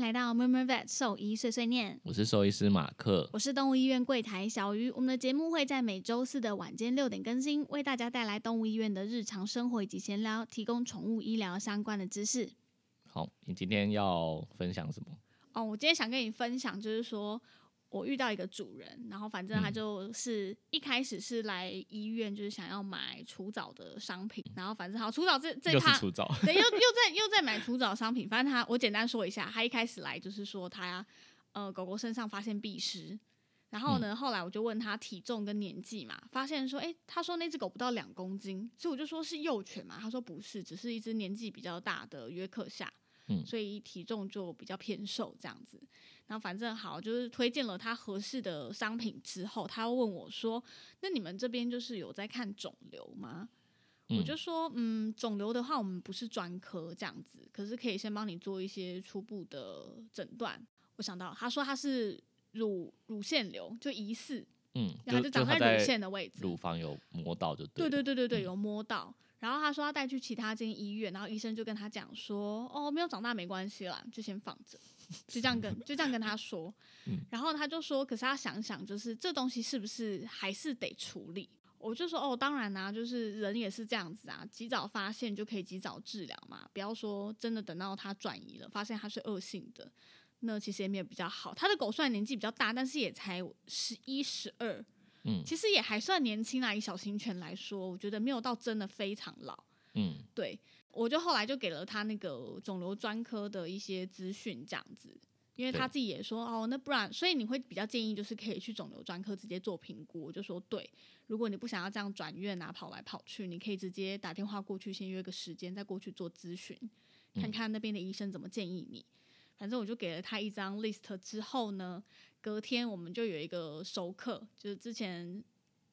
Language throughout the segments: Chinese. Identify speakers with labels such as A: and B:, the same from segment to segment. A: 来到 Murmur Vet 兽医碎碎念，
B: 我是兽医师马克，
A: 我是动物医院柜台小鱼。我们的节目会在每周四的晚间六点更新，为大家带来动物医院的日常生活以及闲聊，提供宠物医疗相关的知识。
B: 好，你今天要分享什么？
A: 哦，我今天想跟你分享，就是说我遇到一个主人，然后反正他
B: 嗯
A: 就是、一开始是来医院，就是想要买除藻的商品，然后反正好除藻这这
B: 又是
A: 他
B: 除藻，
A: 对，又又在又在买除藻商品。反正他，我简单说一下，他一开始来就是说他呃狗狗身上发现蜱虱，然后呢，后来我就问他体重跟年纪嘛，发现说，诶，他说那只狗不到两公斤，所以我就说是幼犬嘛，他说不是，只是一只年纪比较大的约克夏。
B: 嗯
A: 所以体重就比较偏瘦这样子，然后反正好，就是推荐了他合适的商品之后，他又问我说：“那你们这边就是有在看肿瘤吗？”我
B: 嗯
A: 就说，嗯，肿瘤的话，我们不是专科这样子，可是可以先帮你做一些初步的诊断。我想到，他说他是乳乳腺瘤，就疑似，
B: 嗯，
A: 然后
B: 就
A: 长
B: 他
A: 在乳腺的位置。
B: 乳房有摸到就
A: 对
B: 对
A: 对对嗯
B: 了，
A: 对对，有摸到。然后他说要带去其他间医院，然后医生就跟他讲说，哦，没有长大没关系啦，就先放着，就这样跟就这样跟他 说。
B: 嗯
A: 然后他就说，可是他想想，就是这东西是不是还是得处理？我就说，哦，当然啦、就是人也是这样子啊，及早发现就可以及早治疗嘛，不要说真的等到他转移了，发现他是恶性的，那其实也没有比较好。他的狗虽然年纪比较大，但是也才十一、十二，
B: 嗯
A: 其实也还算年轻啊啦。以小型犬来说，我觉得没有到真的非常老。
B: 嗯
A: 对，我就后来就给了他那个肿瘤专科的一些资讯，这样子，因为他
B: 对
A: 自己也说哦，那不然，所以你会比较建议就是可以去肿瘤专科直接做评估。我就说对，如果你不想要这样转院啊，跑来跑去，你可以直接打电话过去，先约个时间，再过去做咨询，看看那边的医生怎么建议你。反正我就给了他一张 list 之后呢，隔天我们就有一个熟客，就是之前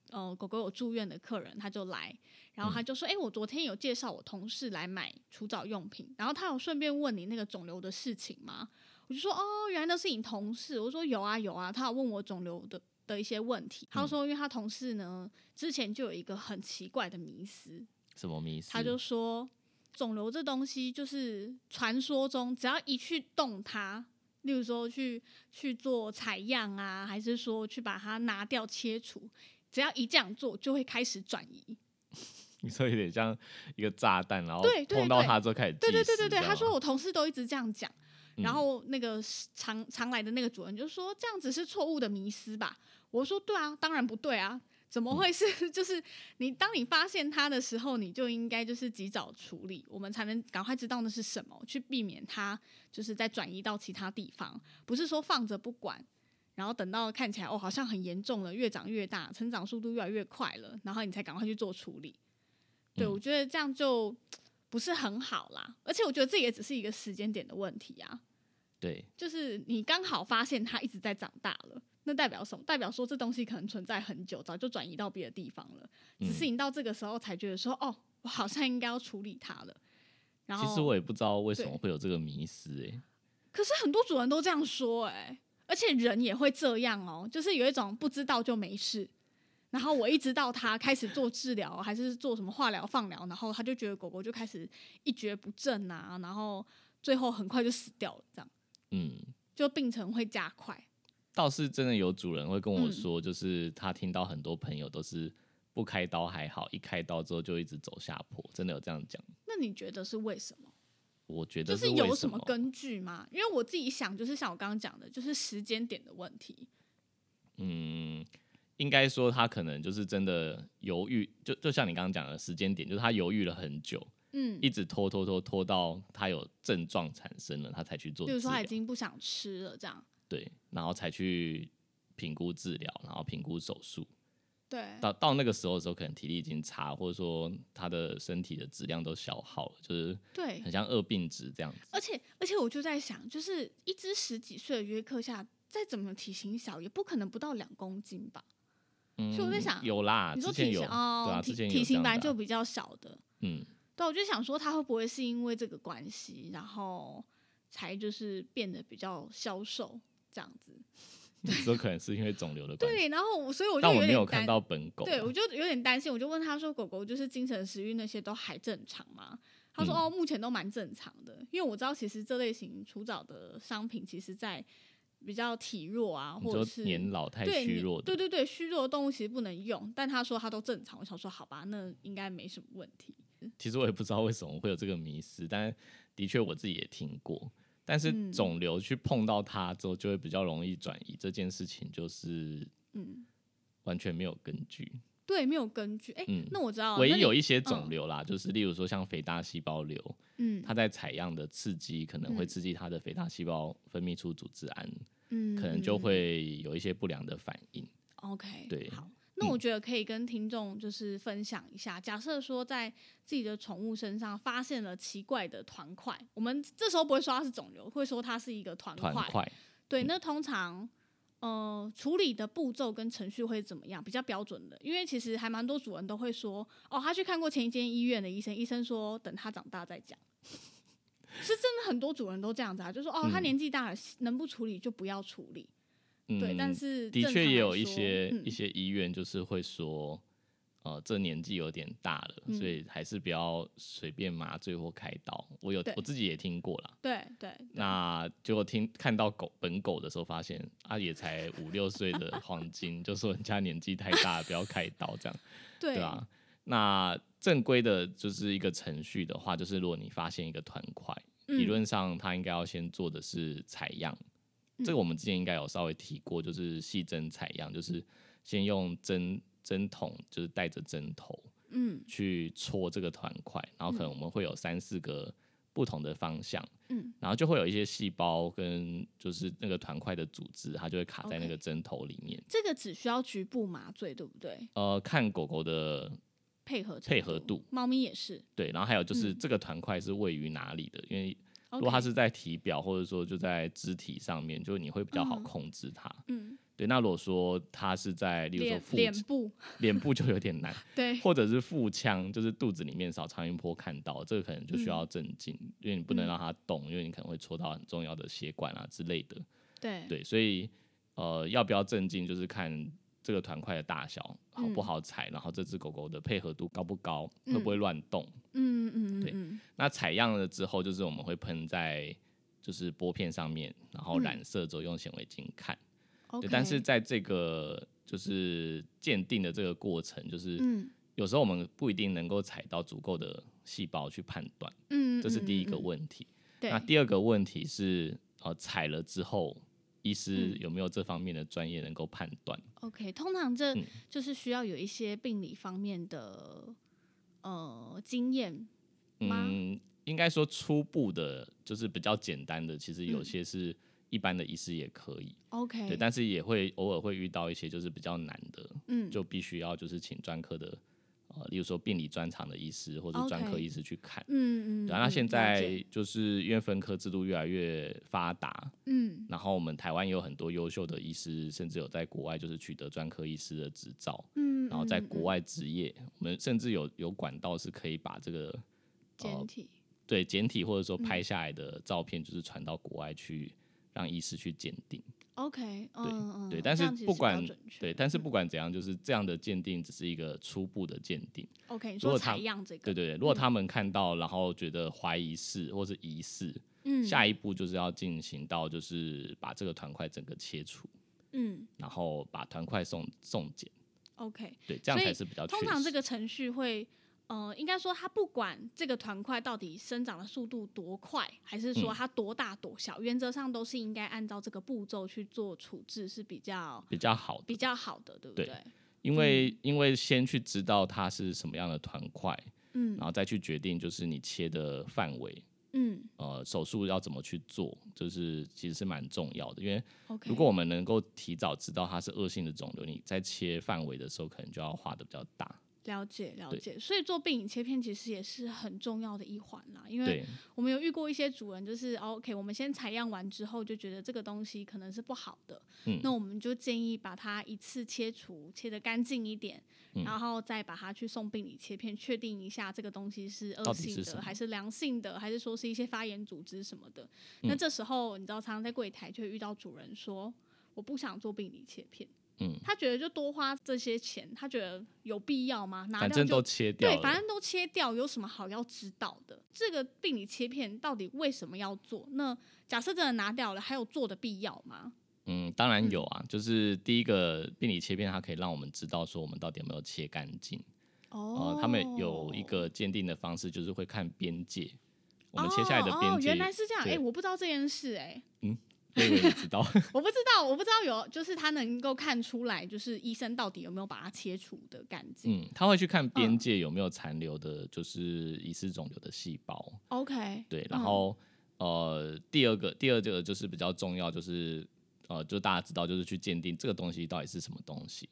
A: 呃狗狗有住院的客人，他就来，然后他就说：“哎、我昨天有介绍我同事来买除藻用品，然后他有顺便问你那个肿瘤的事情吗？”我就说：“哦，原来那是你同事。”我说：“有啊，有啊。”他有问我肿瘤的的一些问题，他说：“因为他同事呢之前就有一个很奇怪的迷思，
B: 什么迷思？
A: 他就说肿瘤这东西就是传说中只要一去动它。”例如说去去做采样啊，还是说去把它拿掉切除，只要一这样做，就会开始转移。
B: 你说有点像一个炸弹，然后
A: 对对
B: 碰到
A: 对
B: 它之后开始计
A: 对
B: 时，
A: 对对对对，
B: 这样
A: 他说
B: 吗
A: 我同事都一直这样讲，然
B: 嗯
A: 后那个是常常来的那个主任就说这样子是错误的迷失吧？我说对啊，当然不对啊，怎
B: 嗯
A: 么会是、 就是你当你发现它的时候，你就应该就是及早处理，我们才能赶快知道那是什么，去避免它就是再转移到其他地方，不是说放着不管。然后等到看起来哦，好像很严重了，越长越大，成长速度越来越快了，然后你才赶快去做处理。对，
B: 嗯
A: 我觉得这样就不是很好啦。而且我觉得这也只是一个时间点的问题啊，
B: 对，
A: 就是你刚好发现它一直在长大了，那代表什么？代表说这东西可能存在很久，早就转移到别的地方了，
B: 嗯
A: 只是你到这个时候才觉得说，哦，我好像应该要处理它了。然后，
B: 其实我也不知道为什么
A: 对
B: 会有这个迷思、欸，
A: 可是很多主人都这样说、哎，而且人也会这样哦，就是有一种不知道就没事。然后我一直到他开始做治疗，还是做什么化疗、放疗，然后他就觉得狗狗就开始一蹶不振啊，然后最后很快就死掉了，这样
B: 嗯，
A: 就病程会加快。
B: 倒是真的有主人会跟我
A: 嗯
B: 说，就是他听到很多朋友都是不开刀还好，一开刀之后就一直走下坡，真的有这样讲。
A: 那你觉得是为什么？
B: 我觉
A: 就
B: 得
A: 是
B: 为
A: 有
B: 什
A: 么根据吗？因为我自己想，就是像我刚刚讲的，就是时间点的问题。
B: 嗯，应该说他可能就是真的犹豫，就就像你刚刚讲的时间点，就是他犹豫了很久，
A: 嗯，
B: 一直拖拖拖拖到他有症状产生了，他才去做
A: 比
B: 治
A: 如说他已
B: 疗，
A: 经不想吃了，这样
B: 对，然后才去评估治疗，然后评估手术。
A: 对。
B: 到到那个时候的时候，可能体力已经差，或者说他的身体的质量都消耗了，就是
A: 对
B: 很像恶病值这样子。
A: 而且而且我就在想，就是一只十几岁的约克夏，再怎么体型小，也不可能不到两公斤吧？
B: 嗯，
A: 所以我在想
B: 有啦，
A: 你
B: 之
A: 说
B: 前
A: 体
B: 有，
A: 型哦，
B: 对啊，之
A: 体
B: 前有
A: 体
B: 这
A: 型
B: 样
A: 本来
B: 的
A: 就
B: 啊
A: 比较小的，
B: 嗯，
A: 对，我就想说他会不会是因为这个关系，然后才就是变得比较消瘦这样子？
B: 你说可能是因为肿瘤的关系，
A: 对，然后我所以我就
B: 但我
A: 有
B: 没有
A: 点
B: 看
A: 担
B: 到本狗，
A: 对，我就有点担心，我就问他说：“狗狗就是精神食欲那些都还正常吗？”他说、
B: 嗯
A: 哦，目前都蛮正常的，因为我知道其实这类型除藻的商品，其实在比较体弱啊，
B: 你
A: 或者
B: 说
A: 是
B: 年老太
A: 对
B: 虚
A: 你
B: 弱的，
A: 对对对，虚弱的动物其实不能用，但他说他都正常，我想说好吧，那应该没什么问题。
B: 其实我也不知道为什么会有这个迷思，但的确我自己也听过。但是
A: 嗯
B: 肿瘤去碰到它之后，就会比较容易转移，这件事情就是
A: 嗯，
B: 完全没有根据。
A: 对，没有根据。哎、
B: 嗯
A: 那我知道了，
B: 唯
A: 那
B: 一
A: 你
B: 有一些肿瘤啦，就是例如说像肥大细胞瘤，
A: 嗯
B: 它在采样的刺激可能会
A: 嗯
B: 刺激它的肥大细胞分泌出组织胺，
A: 嗯，
B: 可能就会有一些不良的反应。
A: OK，
B: 对嗯
A: 好，那我觉得可以跟听众就是分享一下，假设说在自己的宠物身上发现了奇怪的团块，我们这时候不会说它是肿瘤，会说它是一个团
B: 团
A: 块。
B: 块，
A: 对，那通常。呃，处理的步骤跟程序会怎么样？比较标准的，因为其实还蛮多主人都会说，哦，他去看过前一间医院的医生，医生说等他长大再讲。 是真的，很多主人都这样子啊，就说哦，他
B: 嗯
A: 年纪大了，能不处理就不要处理。
B: 嗯，
A: 对，但是
B: 的
A: 正
B: 确
A: 常
B: 也
A: 来
B: 有一
A: 说
B: 些、
A: 嗯
B: 一些医院就是会说，呃，这年纪有点大了，
A: 嗯
B: 所以还是不要随便麻醉或开刀。我有
A: 对
B: 我自己也听过啦。
A: 对对，
B: 那结果听看到狗本狗的时候，发现啊也才五六岁 的黄金，就说人家年纪太大了，不要开刀这样，
A: 对
B: 对啊吧、那正规的就是一个程序的话，就是如果你发现一个团块，理
A: 嗯
B: 论上它应该要先做的是采样，
A: 嗯
B: 这个我们之前应该有稍微提过，就是细针采样，就是先用针针筒，就是带着针头
A: 嗯
B: 去戳这个团块，然后可能我们会有三四个不同的方向，
A: 嗯，
B: 然后就会有一些细胞跟就是那个团块的组织，它就会卡在那个针头里面。
A: 这个只需要局部麻醉，对不对？
B: 呃，看狗狗的
A: 配合程
B: 配合度，
A: 猫咪也是。
B: 对，然后还有就是
A: 嗯
B: 这个团块是位于哪里的，因为如
A: OK
B: 果它是在体表或者说就在肢体上面，就你会比较好
A: 嗯
B: 控制它。
A: 嗯，
B: 对，那如果说它是在，例如说
A: 脸
B: 腹
A: 脸部
B: 脸部就有点 难，
A: 对，
B: 或者是腹腔，就是肚子里面扫超音波看到，这个可能就需要镇静，因为你不能
A: 嗯
B: 让它动，因为你可能会戳到很重要的血管啊之类的。
A: 对
B: 对，所以呃，要不要镇静就是看这个团块的大小好不
A: 嗯
B: 好踩，然后这只狗狗的配合度高不高，会不会乱动。
A: 嗯嗯嗯
B: 对
A: 嗯，
B: 那采样了之后，就是我们会喷在就是玻片上面，然后
A: 嗯
B: 染色之后用显微镜看。
A: OK
B: 对，但是在这个就是鉴定的这个过程，就是
A: 嗯
B: 有时候我们不一定能够采到足够的细胞去判断，
A: 嗯，
B: 这是第一
A: 嗯
B: 个
A: 嗯嗯
B: 问题。
A: 对
B: 那第二个问题是，呃，采了之后，医师
A: 嗯
B: 有没有这方面的专业能够判断？
A: OK，通常这
B: 嗯
A: 就是需要有一些病理方面的呃经验吗
B: 嗯，应该说初步的，就是比较简单的，其实有
A: 嗯
B: 些是一般的医师也可以，
A: OK，
B: 对，但是也会偶尔会遇到一些就是比较难的，
A: 嗯
B: 就必须要就是请专科的，呃，例如说病理专长的医师或者
A: OK
B: 专科医师去看。
A: 嗯嗯，
B: 对啊，那
A: 嗯
B: 现
A: 了解
B: 在就是因为分科制度越来越发达，
A: 嗯
B: 然后我们台湾也有很多优秀的医师，甚至有在国外就是取得专科医师的执照，
A: 嗯，
B: 然后在
A: 嗯
B: 国外执业，我们甚至有有管道是可以把这个呃
A: 简体
B: 对简体或者
A: 嗯
B: 说拍下来的照片，就是传到国外去让医师去鉴定。
A: OK，嗯嗯，
B: 对，
A: 嗯
B: 但
A: 这
B: 是
A: 样其实
B: 不
A: 比较
B: 管
A: 准确
B: 对，但是不管怎样，就是这样的鉴定只是一个初步的鉴定。
A: OK，你
B: 如
A: 说
B: 果他
A: 采样这个
B: 对对对，如果他们看到然后觉得怀疑是或是疑似，
A: 嗯
B: 下一步就是要进行到就是把这个团块整个切除，
A: 嗯
B: 然后把团块送送检，
A: OK，
B: 对，这样
A: 所以
B: 才是比较确
A: 通常这
B: 实。
A: 个程序会，呃，应该说它不管这个团块到底生长的速度多快，还是说
B: 嗯
A: 它多大多小，原则上都是应该按照这个步骤去做处置是比较
B: 比较好的，
A: 比较好的，对不
B: 对
A: 对？
B: 因为、因为先去知道它是什么样的团块，
A: 嗯
B: 然后再去决定就是你切的范围，
A: 嗯
B: 呃，手术要怎么去做，就是其实是蛮重要的。因为
A: ，OK。
B: 如果我们能够提早知道它是恶性的肿瘤，你在切范围的时候可能就要画的比较大。
A: 了解了
B: 对
A: 解，所以做病影切片其实也是很重要的一环啦，因为
B: 对，
A: 我们有遇过一些主人，就是哦 OK，我们先采样完之后就觉得这个东西可能是不好的，
B: 嗯
A: 那我们就建议把它一次切除，切得干净一点，
B: 嗯
A: 然后再把它去送病理切片，确定一下这个东西是
B: 到
A: 恶
B: 底是
A: 性的
B: 什么
A: 还是良性的，还是说是一些发炎组织什么的。
B: 嗯
A: 那这时候你知道，常常在柜台就会遇到主人说。我不想做病理切片，
B: 嗯，
A: 他觉得就多花这些钱，他觉得有必要吗？拿
B: 反
A: 掉
B: 正
A: 就
B: 都切掉了，
A: 对，反正都切掉，有什么好要知道的？这个病理切片到底为什么要做？那假设真的拿掉了，还有做的必要吗？
B: 嗯，当然
A: 嗯
B: 有啊，就是第一个病理切片，它可以让我们知道说我们到底有没有切干净。
A: 哦
B: 呃，他们有一个鉴定的方式，就是会看边界，我们切下来的
A: 哦
B: 边
A: 哦，
B: 界。
A: 原来是这样，哎、
B: 对
A: 我不知道这件事、哎，
B: 对对，你知道。
A: 我不知道，我不知道有，就是他能够看出来，就是医生到底有没有把它切除的干净。
B: 嗯，他会去看边
A: 嗯
B: 界有没有残留的，就是疑似肿瘤的细胞。
A: OK，
B: 对，然
A: 嗯
B: 后、呃，第二个，第二个就是比较重要，就是呃，就大家知道，就是去鉴定这个东西到底是什么东西，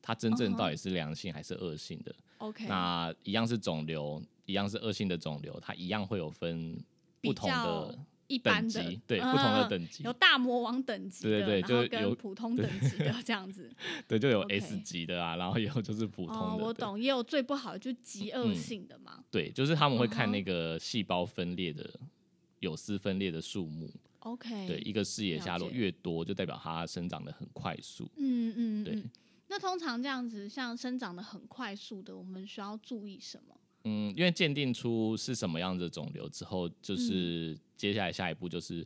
B: 它真正到底是良性还是恶性的。
A: 嗯 OK，
B: 那一样是肿瘤，一样是恶性的肿瘤，它一样会有分
A: 比
B: 不同的
A: 较一般
B: 等
A: 的
B: 级，对，不同的
A: 嗯
B: 等级
A: 有，大魔王等级的，
B: 对对对
A: 然
B: 就
A: 后
B: 有
A: 跟普通等级 的这样子。
B: 对，就有
A: OK
B: S 级的啊，然后有就是
A: 哦
B: 普通，的，
A: 我
B: 对嗯
A: 懂，也有最不好的就是极恶性的嘛。
B: 对，就是他们会
A: 嗯
B: 看
A: 哼
B: 那个细胞分裂的。有丝分裂的数目，
A: OK，
B: 对一个视野
A: 哎了
B: 下落
A: 解
B: 越多，就代表它生长的很快速。
A: 嗯嗯
B: 对
A: 嗯。那通常这样子，像生长的很快速的，我们需要注意什么？
B: 嗯，因为鉴定出是什么样的肿瘤之后，
A: 嗯
B: 就是接下来下一步就是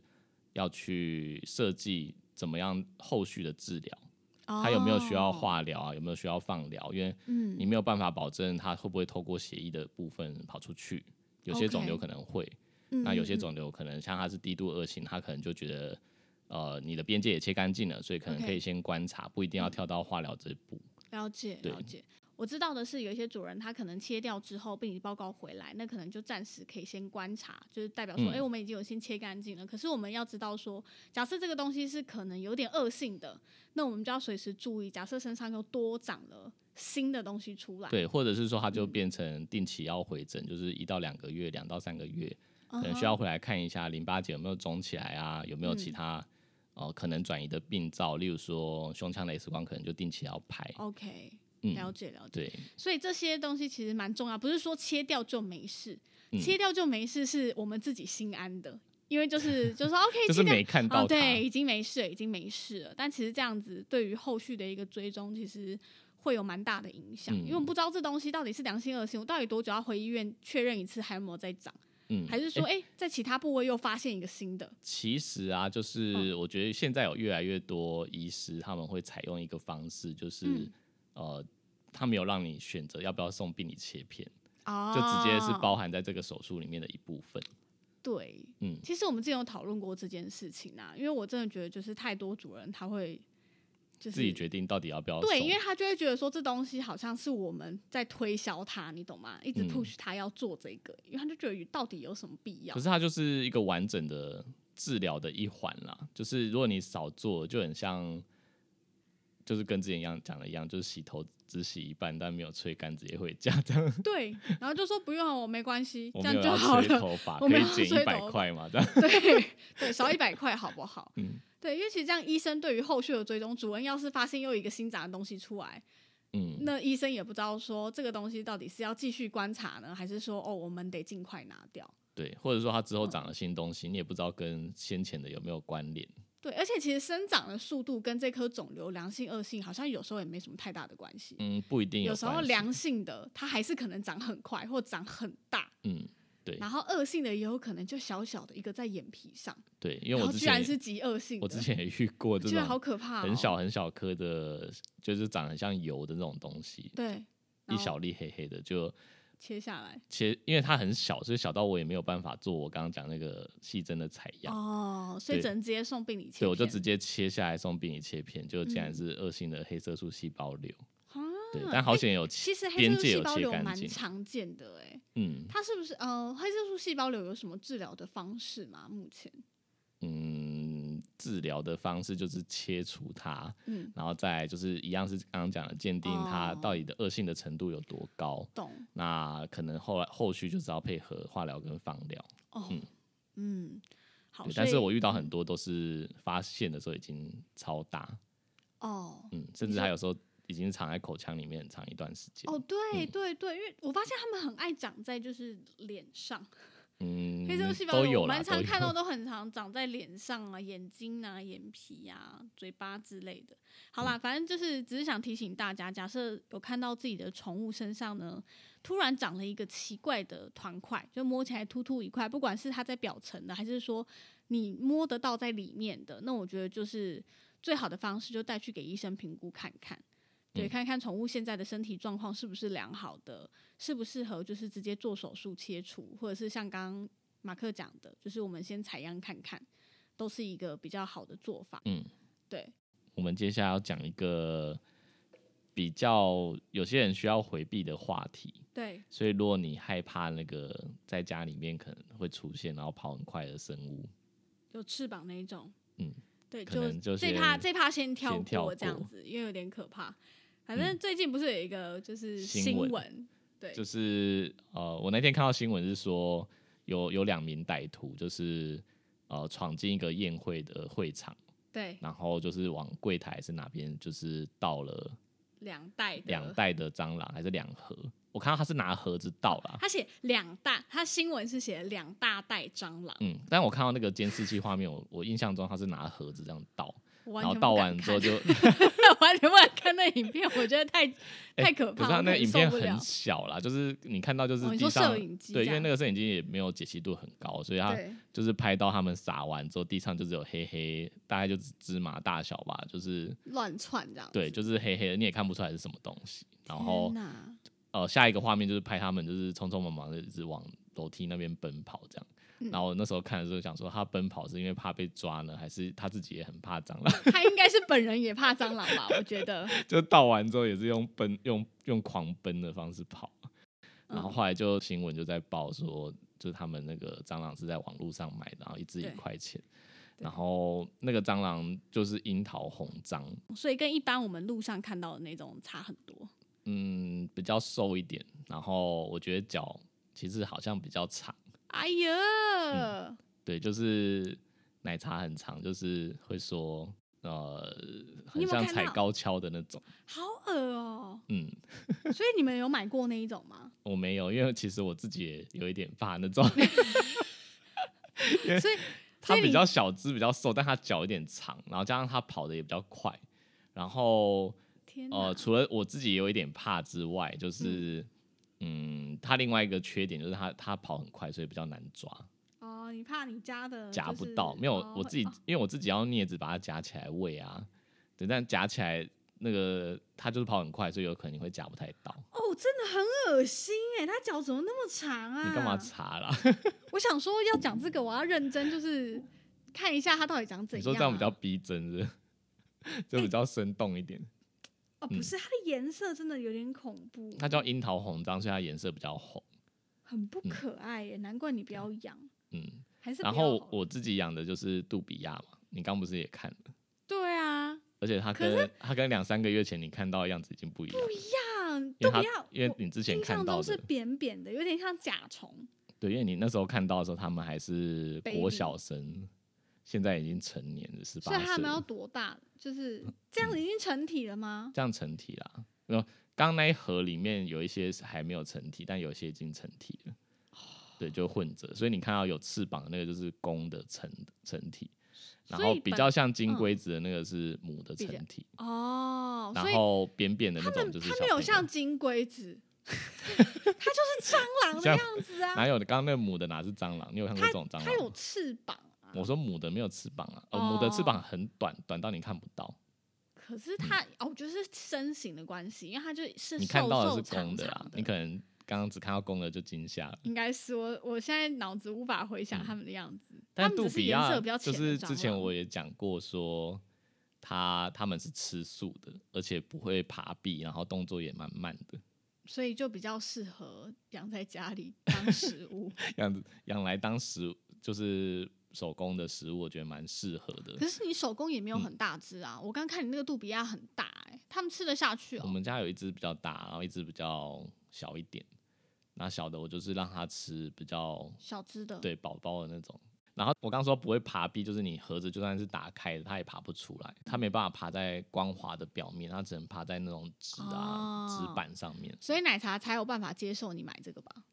B: 要去设计怎么样后续的治疗，它有没有需要
A: 哦？
B: 化疗啊，有没有需要放疗，因为
A: 嗯
B: 你没有办法保证它会不会透过血液的部分跑出去，有些肿瘤
A: OK
B: 可能会，
A: 嗯
B: 那有
A: 嗯
B: 些
A: 嗯
B: 肿瘤可能像它是低度恶性，它可能就觉得。呃，你的边界也切干净了，所以可能
A: OK
B: 可以先观察不一定要跳到化疗这一步。
A: 嗯了解
B: 对
A: 了解。我知道的是，有一些主人他可能切掉之后，病理报告回来，那可能就暂时可以先观察，就是代表说，
B: 嗯
A: 哎、我们已经有先切干净了。可是我们要知道说，假设这个东西是可能有点恶性的，那我们就要随时注意。假设身上又多长了新的东西出来，
B: 对，或者是说它就
A: 嗯
B: 变成定期要回诊，就是一到两个月，两到三个月，
A: 嗯哼，
B: 可能需要回来看一下淋巴结有没有肿起来啊，有没有其
A: 嗯
B: 他、呃可能转移的病灶，例如说胸腔的 X 光可能就定期要拍。
A: OK，了
B: 嗯，
A: 解了解。
B: 对，
A: 所以这些东西其实蛮重要，不是说切掉就没事，
B: 嗯
A: 切掉就没事是我们自己心安的，因为 就是就是说 OK，
B: 就是
A: 切掉
B: 没看
A: 哦，
B: 到它。
A: 对，已经没事了，已经没事了。但其实这样子对于后续的一个追踪，其实会有蛮大的影响，因为我
B: 嗯
A: 们不知道这东西到底是良性恶性，我到底多久要回医院确认一次还有没有在长，
B: 嗯，
A: 还是说，哎、在其他部位又发现一个新的？
B: 其实啊，
A: 嗯
B: 就是我觉得现在有越来越多医师他们会采用一个方式，就是、
A: 嗯
B: 呃，他没有让你选择要不要送病理切片，
A: 哦
B: 就直接是。包含在这个手术里面的一部分。
A: 对，
B: 嗯
A: 其实我们之前有讨论过这件事情啊，因为我真的觉得就是太多主人他会就是
B: 自己决定到底要不要送。
A: 对，因为他就会觉得说这东西好像是我们在推销他，你懂吗？一直
B: 嗯
A: push 他要做这个，因为他就觉得到底有什么必要
B: 可？是它就是一个完整的治疗的一环啦，就是如果你少做，就很像，就是跟之前一样讲的一样，就是洗头只洗一半，但没有吹干，直接回家这 样。
A: 对，然后就说不用，我没关系，
B: 我
A: 这
B: 没有
A: 样就
B: 要
A: 好
B: 吹
A: 了。
B: 头发，
A: 我
B: 可
A: 没
B: 以
A: 有要
B: 减
A: 吹
B: 一百
A: 头发
B: 块嘛？ 这样
A: 对对，少一百块好不好？
B: 嗯
A: 对，因为其实这样，医生对于后续的追踪，主人要是发现又有一个新长的东西出来，
B: 嗯，
A: 那医生也不知道说这个东西到底是要继续观察呢，还是说哦，我们得尽快拿掉。
B: 对，或者说它之后长了新东西，你也不知道跟先前的有没有关联。
A: 对，而且其实生长的速度跟这颗肿瘤良性恶性好像有时候也没什么太大的关系。
B: 嗯，不一定
A: 有时
B: 关
A: 候
B: 系
A: 良性的它还是可能长很快或长很大，
B: 嗯，对
A: 然后恶性的也有可能就小小的一个在眼皮上，
B: 对，因为
A: 然
B: 我
A: 后
B: 之
A: 居
B: 前
A: 然
B: 也
A: 是极恶性的。
B: 我之前也遇过这
A: 居然好
B: 种
A: 可怕、哦，
B: 很小很小颗的，就是长得很像油的那种东西，
A: 对，
B: 一
A: 然后
B: 小粒黑黑的就。
A: 切下来
B: 切，因为它很小，所以小到我也没有办法做我刚刚讲那个细针的采样，
A: 哦，所以
B: 对
A: 只能直接送病理切
B: 所以
A: 片。
B: 我就直接切下来送病理切片，就竟然
A: 嗯
B: 是恶性的黑色素细胞瘤。
A: 啊
B: 对，但好险有切
A: 其实黑
B: 边
A: 色素
B: 界
A: 细
B: 有
A: 胞
B: 切
A: 瘤
B: 干
A: 蛮
B: 净。
A: 常见的哎、
B: 嗯
A: 它是不是呃黑色素细胞瘤有什么治疗的方式吗？目前
B: 嗯，治疗的方式就是切除它，
A: 嗯
B: 然后再来就是一样是刚刚讲的鉴定它
A: 哦
B: 到底的恶性的程度有多高。
A: 懂
B: 那可能后来后续就是要配合化疗跟放疗，
A: 哦嗯
B: 嗯
A: 好，
B: 对
A: 哦所
B: 但是
A: 以
B: 我遇到很多都是发现的时候已经超大，
A: 哦。
B: 嗯，甚
A: 你
B: 至
A: 说
B: 还有时候已经藏在口腔里面很长一段时间。
A: 哦，对
B: 嗯
A: 对对，因为我发现他们很爱长在就是脸上，
B: 嗯
A: 黑色，细胞
B: 都
A: 瘤
B: 有
A: 我
B: 啦，
A: 蛮
B: 都
A: 常
B: 有
A: 看 到，都很常长在脸上啊、眼睛啊、眼皮啊、嘴巴之类的。好
B: 嗯
A: 啦，反正就是只是想提醒大家，假设有看到自己的宠物身上呢，突然长了一个奇怪的团块，就摸起来突突一块，不管是它在表层的，还是说你摸得到在里面的，那我觉得就是最好的方式，就带去给医生评估看看。对，
B: 嗯
A: 看看宠物现在的身体状况是不是良好的，适不适合就是直接做手术切除，或者是像刚刚马克讲的，就是我们先采样看看，都是一个比较好的做法。
B: 嗯，
A: 对，
B: 我们接下来要讲一个比较有些人需要回避的话题，
A: 对，
B: 所以如果你害怕那个在家里面可能会出现然后跑很快的生物，
A: 有翅膀那一种，
B: 嗯，
A: 对，
B: 可能就
A: 这
B: 先
A: 怕这怕先跳
B: 先跳
A: 过这样
B: 过嗯
A: 子，因为有点可怕。反正最近不是有一个就是
B: 新
A: 新
B: 闻
A: 闻，对，
B: 就是呃，我那天看到新闻是说有有两名歹徒就是呃闯进一个宴会的会场，
A: 对，
B: 然后就是往柜台还是哪边就是倒了
A: 两代的
B: 两袋的蟑螂还是两盒，我看到他是拿盒子倒啦。
A: 他写两大，他新闻是写两大袋蟑螂，
B: 嗯，但我看到那个监视器画面，我我印象中他是拿盒子这样倒，
A: 我完
B: 然后
A: 全不
B: 倒
A: 敢
B: 完之后
A: 看
B: 就， 哎
A: 我完全不敢看那影片，我觉得太太可
B: 可
A: 怕了，
B: 是他
A: 我
B: 那个
A: 能
B: 影
A: 受
B: 片
A: 不了
B: 很小啦，就是你看到就是
A: 哦你
B: 地
A: 说
B: 上、
A: 摄影机
B: 对，
A: 这
B: 因为啊
A: 样
B: 那个摄影机也没有解析度很高，所以他
A: 对
B: 就是拍到他们撒完之后，地上就只有黑黑，大概就是芝麻大小吧，就是
A: 乱窜这样子。
B: 对，就是黑黑的，你也看不出来是什么东西。然后
A: 天哪
B: 呃，下一个画面就是拍他们就是匆匆忙忙的一直往楼梯那边奔跑这样。
A: 嗯
B: 然后我那时候看的时候想说，他奔跑是因为怕被抓呢，还是他自己也很怕蟑螂？
A: 他应该是本人也怕蟑螂吧？我觉得，
B: 就倒完之后也是用奔用用狂奔的方式跑，
A: 嗯
B: 然后后来就新闻就在报说，就是他们那个蟑螂是在网络上买的，然后一只一
A: 对
B: 块钱，
A: 对
B: 然后那个蟑螂就是樱桃红蟑，
A: 所以跟一般我们路上看到的那种差很多。
B: 嗯，比较瘦一点，然后我觉得脚其实好像比较长，
A: 哎呀，
B: 对，就是奶茶很长，就是会说呃，
A: 你
B: 很
A: 有没有
B: 像
A: 看到
B: 踩高跷的那种，
A: 好恶哦、
B: 嗯，
A: 所以你们有买过那一种 吗？
B: 我没有，因为其实我自己也有一点怕那种。
A: 所以，
B: 它
A: 所以
B: 比
A: 你
B: 较小只，比较瘦，但它脚有点长，然后加上它跑的也比较快，然后
A: 天哪，
B: 呃，除了我自己有一点怕之外，就是嗯，它另外一个缺点就是它它跑很快，所以比较难抓，
A: 哦，你怕你家的就是
B: 夹不到。没有
A: 哦
B: 我
A: 会
B: 自己
A: 哦，
B: 因为我自己要镊子把它夹起来喂啊，对，但夹起来那个它就是跑很快，所以有可能你会夹不太到。
A: 哦，真的很恶心哎，他脚怎么那么长啊？
B: 你干嘛查啦？
A: 我想说要讲这个，我要认真就是看一下他到底长怎样啊、
B: 你说这样比较逼真是不是 就比较生动一点。
A: 哦，不是，它的颜色真的有点恐怖，
B: 嗯它叫樱桃红章，所以它颜色比较红。
A: 很不可爱耶，难怪你不要养，
B: 嗯，
A: 还是不
B: 然
A: 要
B: 后
A: 好了
B: 我自己养的就是杜比亚嘛，你刚不是也看了？
A: 对啊，
B: 而且它
A: 可是
B: 跟它跟两三个月前你看到的样子已经不一样了，
A: 啊，
B: 因
A: 都
B: 为
A: 不
B: 它
A: 要，
B: 因为
A: 我
B: 你之前
A: 印
B: 看
A: 象
B: 到
A: 中是
B: 的，
A: 扁扁的，有点像甲虫，
B: 对，因为你那时候看到的时候，他们还是
A: Baby
B: 国小生，现在已经成年了，十
A: 所
B: 八嗯
A: 以它
B: 岁
A: 们要
B: 了，
A: 多大？就是这样已经成体了吗？
B: 这样成体啦。没有，刚刚那一盒里面有一些是还没有成体，但有些已经成体了。
A: 哦
B: 对，就混着，所以你看到有翅膀的那个就是公的成成体，然
A: 所
B: 后
A: 以
B: 比
A: 本
B: 较像金
A: 嗯
B: 龟子的那个是母的
A: 比较
B: 成体，
A: 哦，所
B: 然
A: 以
B: 后扁扁的那
A: 它
B: 种
A: 们
B: 就是
A: 它
B: 小
A: 没有
B: 朋友
A: 像金龟子， 它就是蟑螂的
B: 像
A: 样子啊，
B: 哪有的？刚刚那个母的哪是蟑螂？你有看过这种蟑
A: 它有
B: 螂？
A: 翅膀啊，
B: 我说母的没有翅膀啊，呃，
A: 哦
B: 母的翅膀很短，短到你看不到，
A: 可是它、哦，我觉得是身形的关系，因为它就是
B: 嗯你看到
A: 瘦
B: 的
A: 瘦
B: 是公
A: 长
B: 的
A: 长
B: 啦
A: 的，。
B: 你可能刚刚只看到公的就惊吓了。
A: 应该是我，我现在脑子无法回
B: 嗯
A: 想他们的样子。它
B: 但
A: 们
B: 杜
A: 只是
B: 比
A: 颜
B: 亚
A: 色比较
B: 就
A: 浅的
B: 是
A: 蟑
B: 之前
A: 螂
B: 我也讲过说，它它们是吃素的，而且不会爬壁，然后动作也蛮慢的，
A: 所以就比较适合养在家里当食物。
B: 养养来当食物就是手工的食物，我觉得蛮适合的
A: 可。是你手工也没有
B: 嗯
A: 很大只啊，我刚看你那个杜比亚很大哎、他们吃得下去
B: 我
A: 哦。
B: 们家有一只比较大，然后一只比较小一点。那小的我就是让它吃比较
A: 小只的，，
B: 对宝宝的那种。然后我刚说不会爬壁，就是你盒子就算是打开的，它也爬不出来，它没办法爬在光滑的表面，它只能爬在那种纸啊、
A: 哦
B: 纸板上面。
A: 所以奶茶才有办法接受你买这个吧？不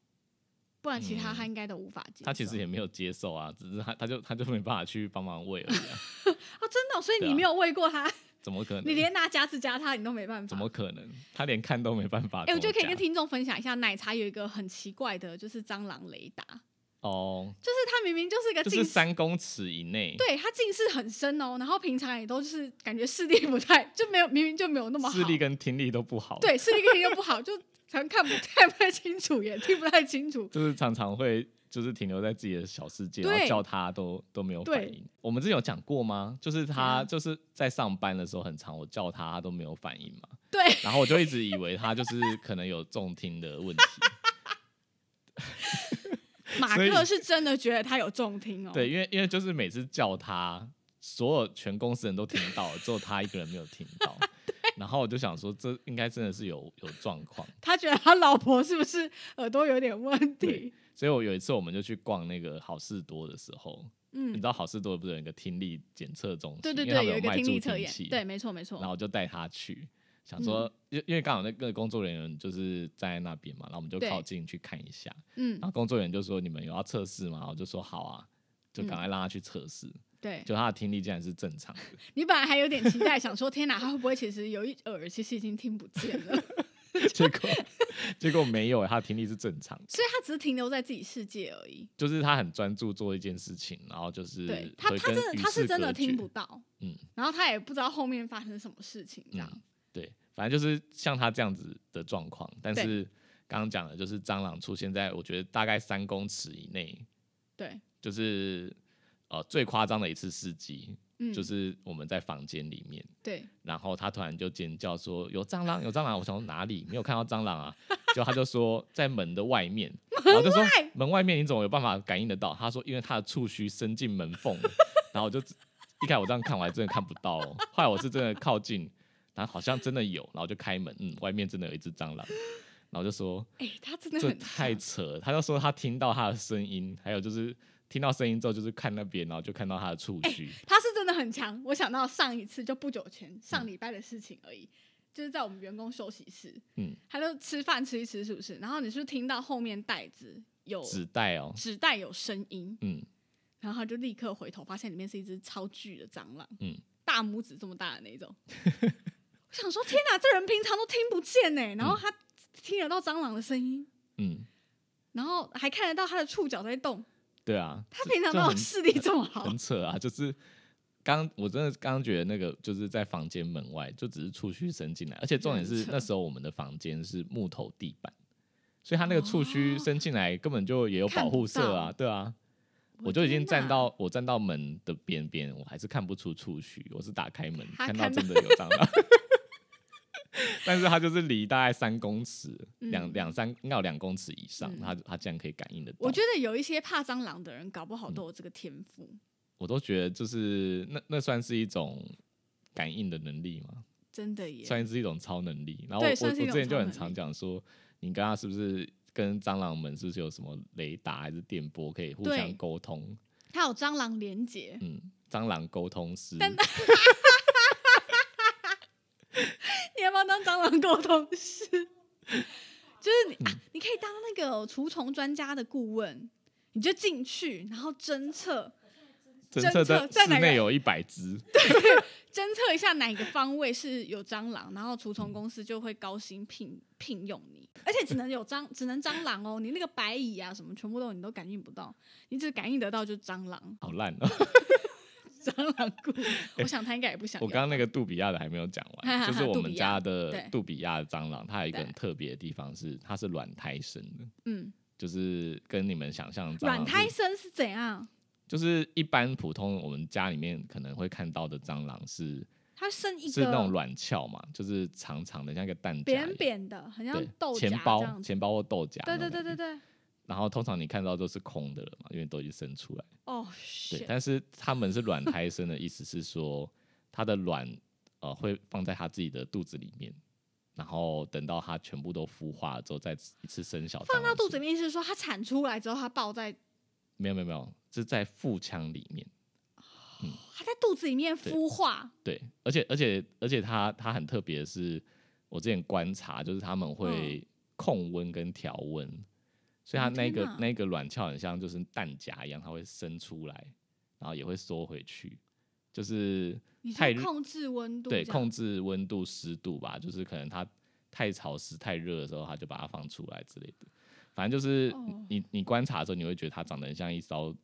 A: 不然其他他应该都无法接受。
B: 他嗯其实也没有接受啊，只是他他就他就没办法去帮忙喂而已啊、
A: 啊，真的哦、所以
B: 对
A: 你
B: 啊
A: 没有喂过他，
B: 怎么可能？
A: 你连拿夹子夹他，你都没办法。
B: 怎么可能？他连看都没办法。
A: 哎、我觉得可以跟
B: 听
A: 听众分享一下，奶茶有一个很奇怪的，就是蟑螂雷达，就
B: 哦，
A: 是它明明就是一个呃
B: 就
A: 近
B: 是
A: 视，
B: 三公尺以内，
A: 对它近视很深哦，然后平常也都是感觉视力不太，就没有明明就没有那么好，
B: 视力跟听力都不好，，
A: 对视力跟又不好，就常看不看不太清楚，也听不太清楚。
B: 就是常常会就是停留在自己的小世界，
A: 对
B: 然后叫他都都没有反应。我们之前有讲过吗？就是
A: 怎
B: 他
A: 样
B: 就是在上班的时候很长，我叫他他都没有反应嘛，
A: 对，
B: 然后我就一直以为他就是可能有重听 的问题，
A: 马
B: 所以
A: 克是真的觉得他有重听哦。
B: 对，因为因为就是每次叫他，所有全公司人都听到，只有他一个人没有听 到。然后我就想说，这应该真的是有有状况。
A: 他觉得他老婆是不是耳朵有点问
B: 对
A: 题？
B: 所以我有一次我们就去逛那个好事多的时候，你
A: 嗯
B: 知，道好事多不是有一个听力检测中心？
A: 对对
B: 因为他
A: 对，
B: 们
A: 有一个
B: 卖
A: 听力
B: 助
A: 测验
B: 器，
A: 对，没错没
B: 然后
A: 错，
B: 我就带他去，想
A: 嗯
B: 说，因、因为刚好那个工作人员就是在那边嘛，然后我们就
A: 对
B: 靠近去看一下。
A: 嗯
B: 然，后工作人员就说：“你们有要测试吗？”我就说：“好啊。”就赶快让他去测试，
A: 嗯对。
B: 就他的听力竟然是正 常的，
A: 你本来还有点期待，想说天哪，他会不会其实有一耳其实已经听不见 了，
B: 结果结果没有，欸他的听力是正常的，
A: 所以他只是停留在自己世界而已。
B: 就是他很专注做一件事情，然后就是
A: 对他，
B: 会
A: 他真
B: 跟
A: 的
B: 与
A: 他是
B: 世
A: 真
B: 隔
A: 的听
B: 绝
A: 不到，
B: 嗯，
A: 然后他也不知道后面发生什么事情，这样、
B: 嗯对，反正就是像他这样子的状况。但
A: 对
B: 是刚刚讲的就是蟑螂出现在我觉得大概三公尺以内，
A: 对，
B: 就是呃最夸张的一次事迹，
A: 嗯，
B: 就是我们在房间里面，
A: 对，
B: 然后他突然就尖叫说有蟑螂有蟑螂，我想说哪里没有看到蟑螂啊，就他就说在门的外面，然后就说门外面你怎么有办法感应得到？他说因为他的触须伸进门缝了，然后我就一开始我这样看我还真的看不到哦，后来我是真的靠近，然后好像真的有，然后就开门，嗯，外面真的有一只蟑螂，然后就说
A: 哎、他真 的
B: 这
A: 很
B: 太
A: 强
B: 扯了，他就说他听到他的声音，还有就是听到声音之后就是看那边，然后就看到他的触
A: 哎
B: 须。
A: 他是真的很强。我想到上一次就不久前上礼拜的事情而已，就是在我们员工休息室，
B: 嗯，
A: 他就吃饭吃一吃，是不是？然后你是不是听到后面袋子有
B: 纸袋哦，
A: 纸袋有声音，
B: 嗯，
A: 然后他就立刻回头，发现里面是一只超巨的蟑螂，
B: 嗯
A: 大拇指这么大的那 种。我想说，天哪，这人平常都听不见呢，然后他听得到蟑螂的声音，
B: 嗯，
A: 然后还看得到它的触角在动。
B: 对啊，
A: 他
B: 这
A: 平常
B: 这
A: 哪有
B: 很
A: 视力这么好
B: 很？扯啊，就是刚我真的刚刚觉得那个就是在房间门外，就只是触须伸进来，而且重点
A: 很
B: 是
A: 扯
B: 那时候我们的房间是木头地板，所以他那个触须
A: 哦
B: 伸进来根本就也有
A: 看
B: 保
A: 不
B: 护色
A: 到
B: 啊，对啊，我就已经站
A: 我
B: 到我站到门的边边，我还是看不出触须，我是打开门
A: 他
B: 看到
A: 看到
B: 真的有蟑螂， 但是它就是离大概三公尺，两
A: 嗯
B: 两三应该有两公尺以上
A: 嗯，
B: 它它竟然可以感应得到。
A: 我觉得有一些怕蟑螂的人，搞不好
B: 嗯
A: 都有这个天赋。
B: 我都觉得就是那那算是一种感应的能力嘛，
A: 真的耶，
B: 算是一种超能力。然后我
A: 对
B: 我
A: 算
B: 我
A: 是一
B: 之
A: 种
B: 前就
A: 超
B: 很
A: 能力
B: 常讲说，你跟他是不是跟蟑螂们是不是有什么雷达还是电波可以互
A: 对
B: 相沟通？
A: 它有蟑螂连结，
B: 嗯，蟑螂沟通师。
A: 你要不要当蟑螂沟通师？ 就是你、
B: 嗯
A: 啊，你可以当那个除虫专家的顾问，你就进去，然后侦测
B: 侦
A: 侦测
B: 测
A: 在
B: 在
A: 哪
B: 室
A: 个
B: 内有一百只，
A: 侦测一下哪个方位是有蟑螂，然后除虫公司就会高薪聘聘用你，而且只能有蟑， 只能蟑螂哦，你那个白蚁啊什么，全部都你都感应不到，你只感应得到就是蟑螂，
B: 好烂哦！
A: 蟑螂顾 问。我想他应该也不想
B: 哎我
A: 要。
B: 刚刚那个杜比亚的还没有讲
A: 哈哈哈
B: 完，就是我们家的
A: 杜
B: 杜比亚的蟑螂，它有一个很
A: 对
B: 特别的地方是，它是卵胎生的，
A: 嗯，
B: 就是跟你们想象的蟑螂
A: 软
B: 是
A: 胎生是怎样？
B: 就是一般普通我们家里面可能会看到的蟑螂是
A: 它生一
B: 是那种
A: 个
B: 卵鞘嘛，就是长长的，像一个蛋夹一样
A: 扁，扁的，很像
B: 对
A: 豆，荚
B: 钱
A: 这
B: 包
A: 样子。
B: 钱包或豆荚，
A: 对对对对。对，
B: 然后通常你看到都是空的了嘛，因为都已经生出来。
A: 哦，
B: 对，
A: shit，
B: 但是它们是卵胎生的意思是说，它的卵呃会放在它自己的肚子里面，然后等到它全部都孵化了之后，再一次生小蟑
A: 放
B: 螂
A: 到肚
B: 出
A: 子
B: 来
A: 里面是说它产出来之后，它抱在
B: 没有没有没有，是在腹腔里面。
A: 它在肚子里面
B: 对
A: 孵化。
B: 对，而且而且而且它它很特别的是，我之前观察就是他们会控温跟调温，所以它
A: 嗯哦
B: 那
A: 天
B: 个
A: 哪
B: 那个卵鞘很像就是弹夹一样，它会伸出来，然后也会缩回去，就是
A: 你
B: 太
A: 是
B: 热
A: 控制温度，
B: 对控，制温度湿度吧，就是可能它太潮湿太热的时候，它就把它放出来之类的。反正就是
A: 哦
B: 你你观察的时候，你会觉得它长得很像一艘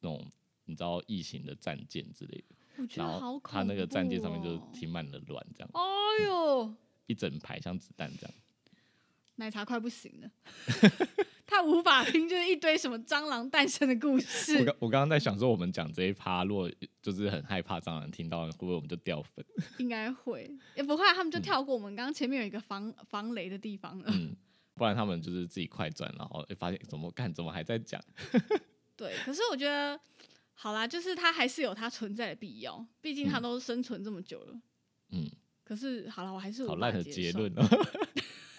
B: 那种你知道异形的战舰之类的，
A: 我觉
B: 然
A: 得好
B: 后
A: 恐怖、
B: 它
A: 哦。
B: 那个战舰上面就停满了卵，这样
A: 哎呦，
B: 一整排像子弹这样。
A: 奶茶快不行 了，他无法听就是一堆什么蟑螂诞生的故
B: 我
A: 事。
B: 刚我刚刚在想说，我们讲这一趴，如果就是很害怕蟑螂听到，会不会我们就掉粉？
A: 应该会，也不会，他们就跳过我们刚刚前面有一个防防雷的地方了。
B: 嗯，不然他们就是自己快转，然后、哎诶发现怎么干，怎么还在讲？
A: 对，可是我觉得，好啦，就是它还是有它存在的必要，毕竟它
B: 嗯
A: 都生存这么久了。
B: 嗯，
A: 可是好了，我还是
B: 好
A: 无法
B: 烂的
A: 接
B: 结
A: 受
B: 论哦、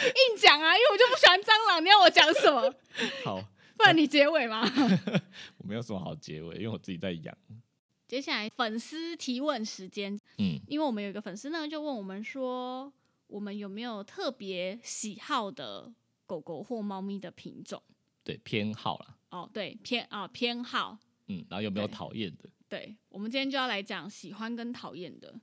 A: 硬讲啊，因为我就不喜欢蟑螂，你要我讲什么？
B: 好，
A: 不然你结尾嘛。
B: 我没有什么好结尾，因为我自己在养。
A: 接下来粉丝提问时间，
B: 嗯
A: 因为我们有一个粉丝呢，就问我们说，我们有没有特别喜好的狗狗或猫咪的品种？
B: 对偏好啦，
A: 哦，对，偏啊、偏好，
B: 嗯，然后有没有
A: 对
B: 讨厌的？
A: 对我们今天就要来讲喜欢跟讨厌的。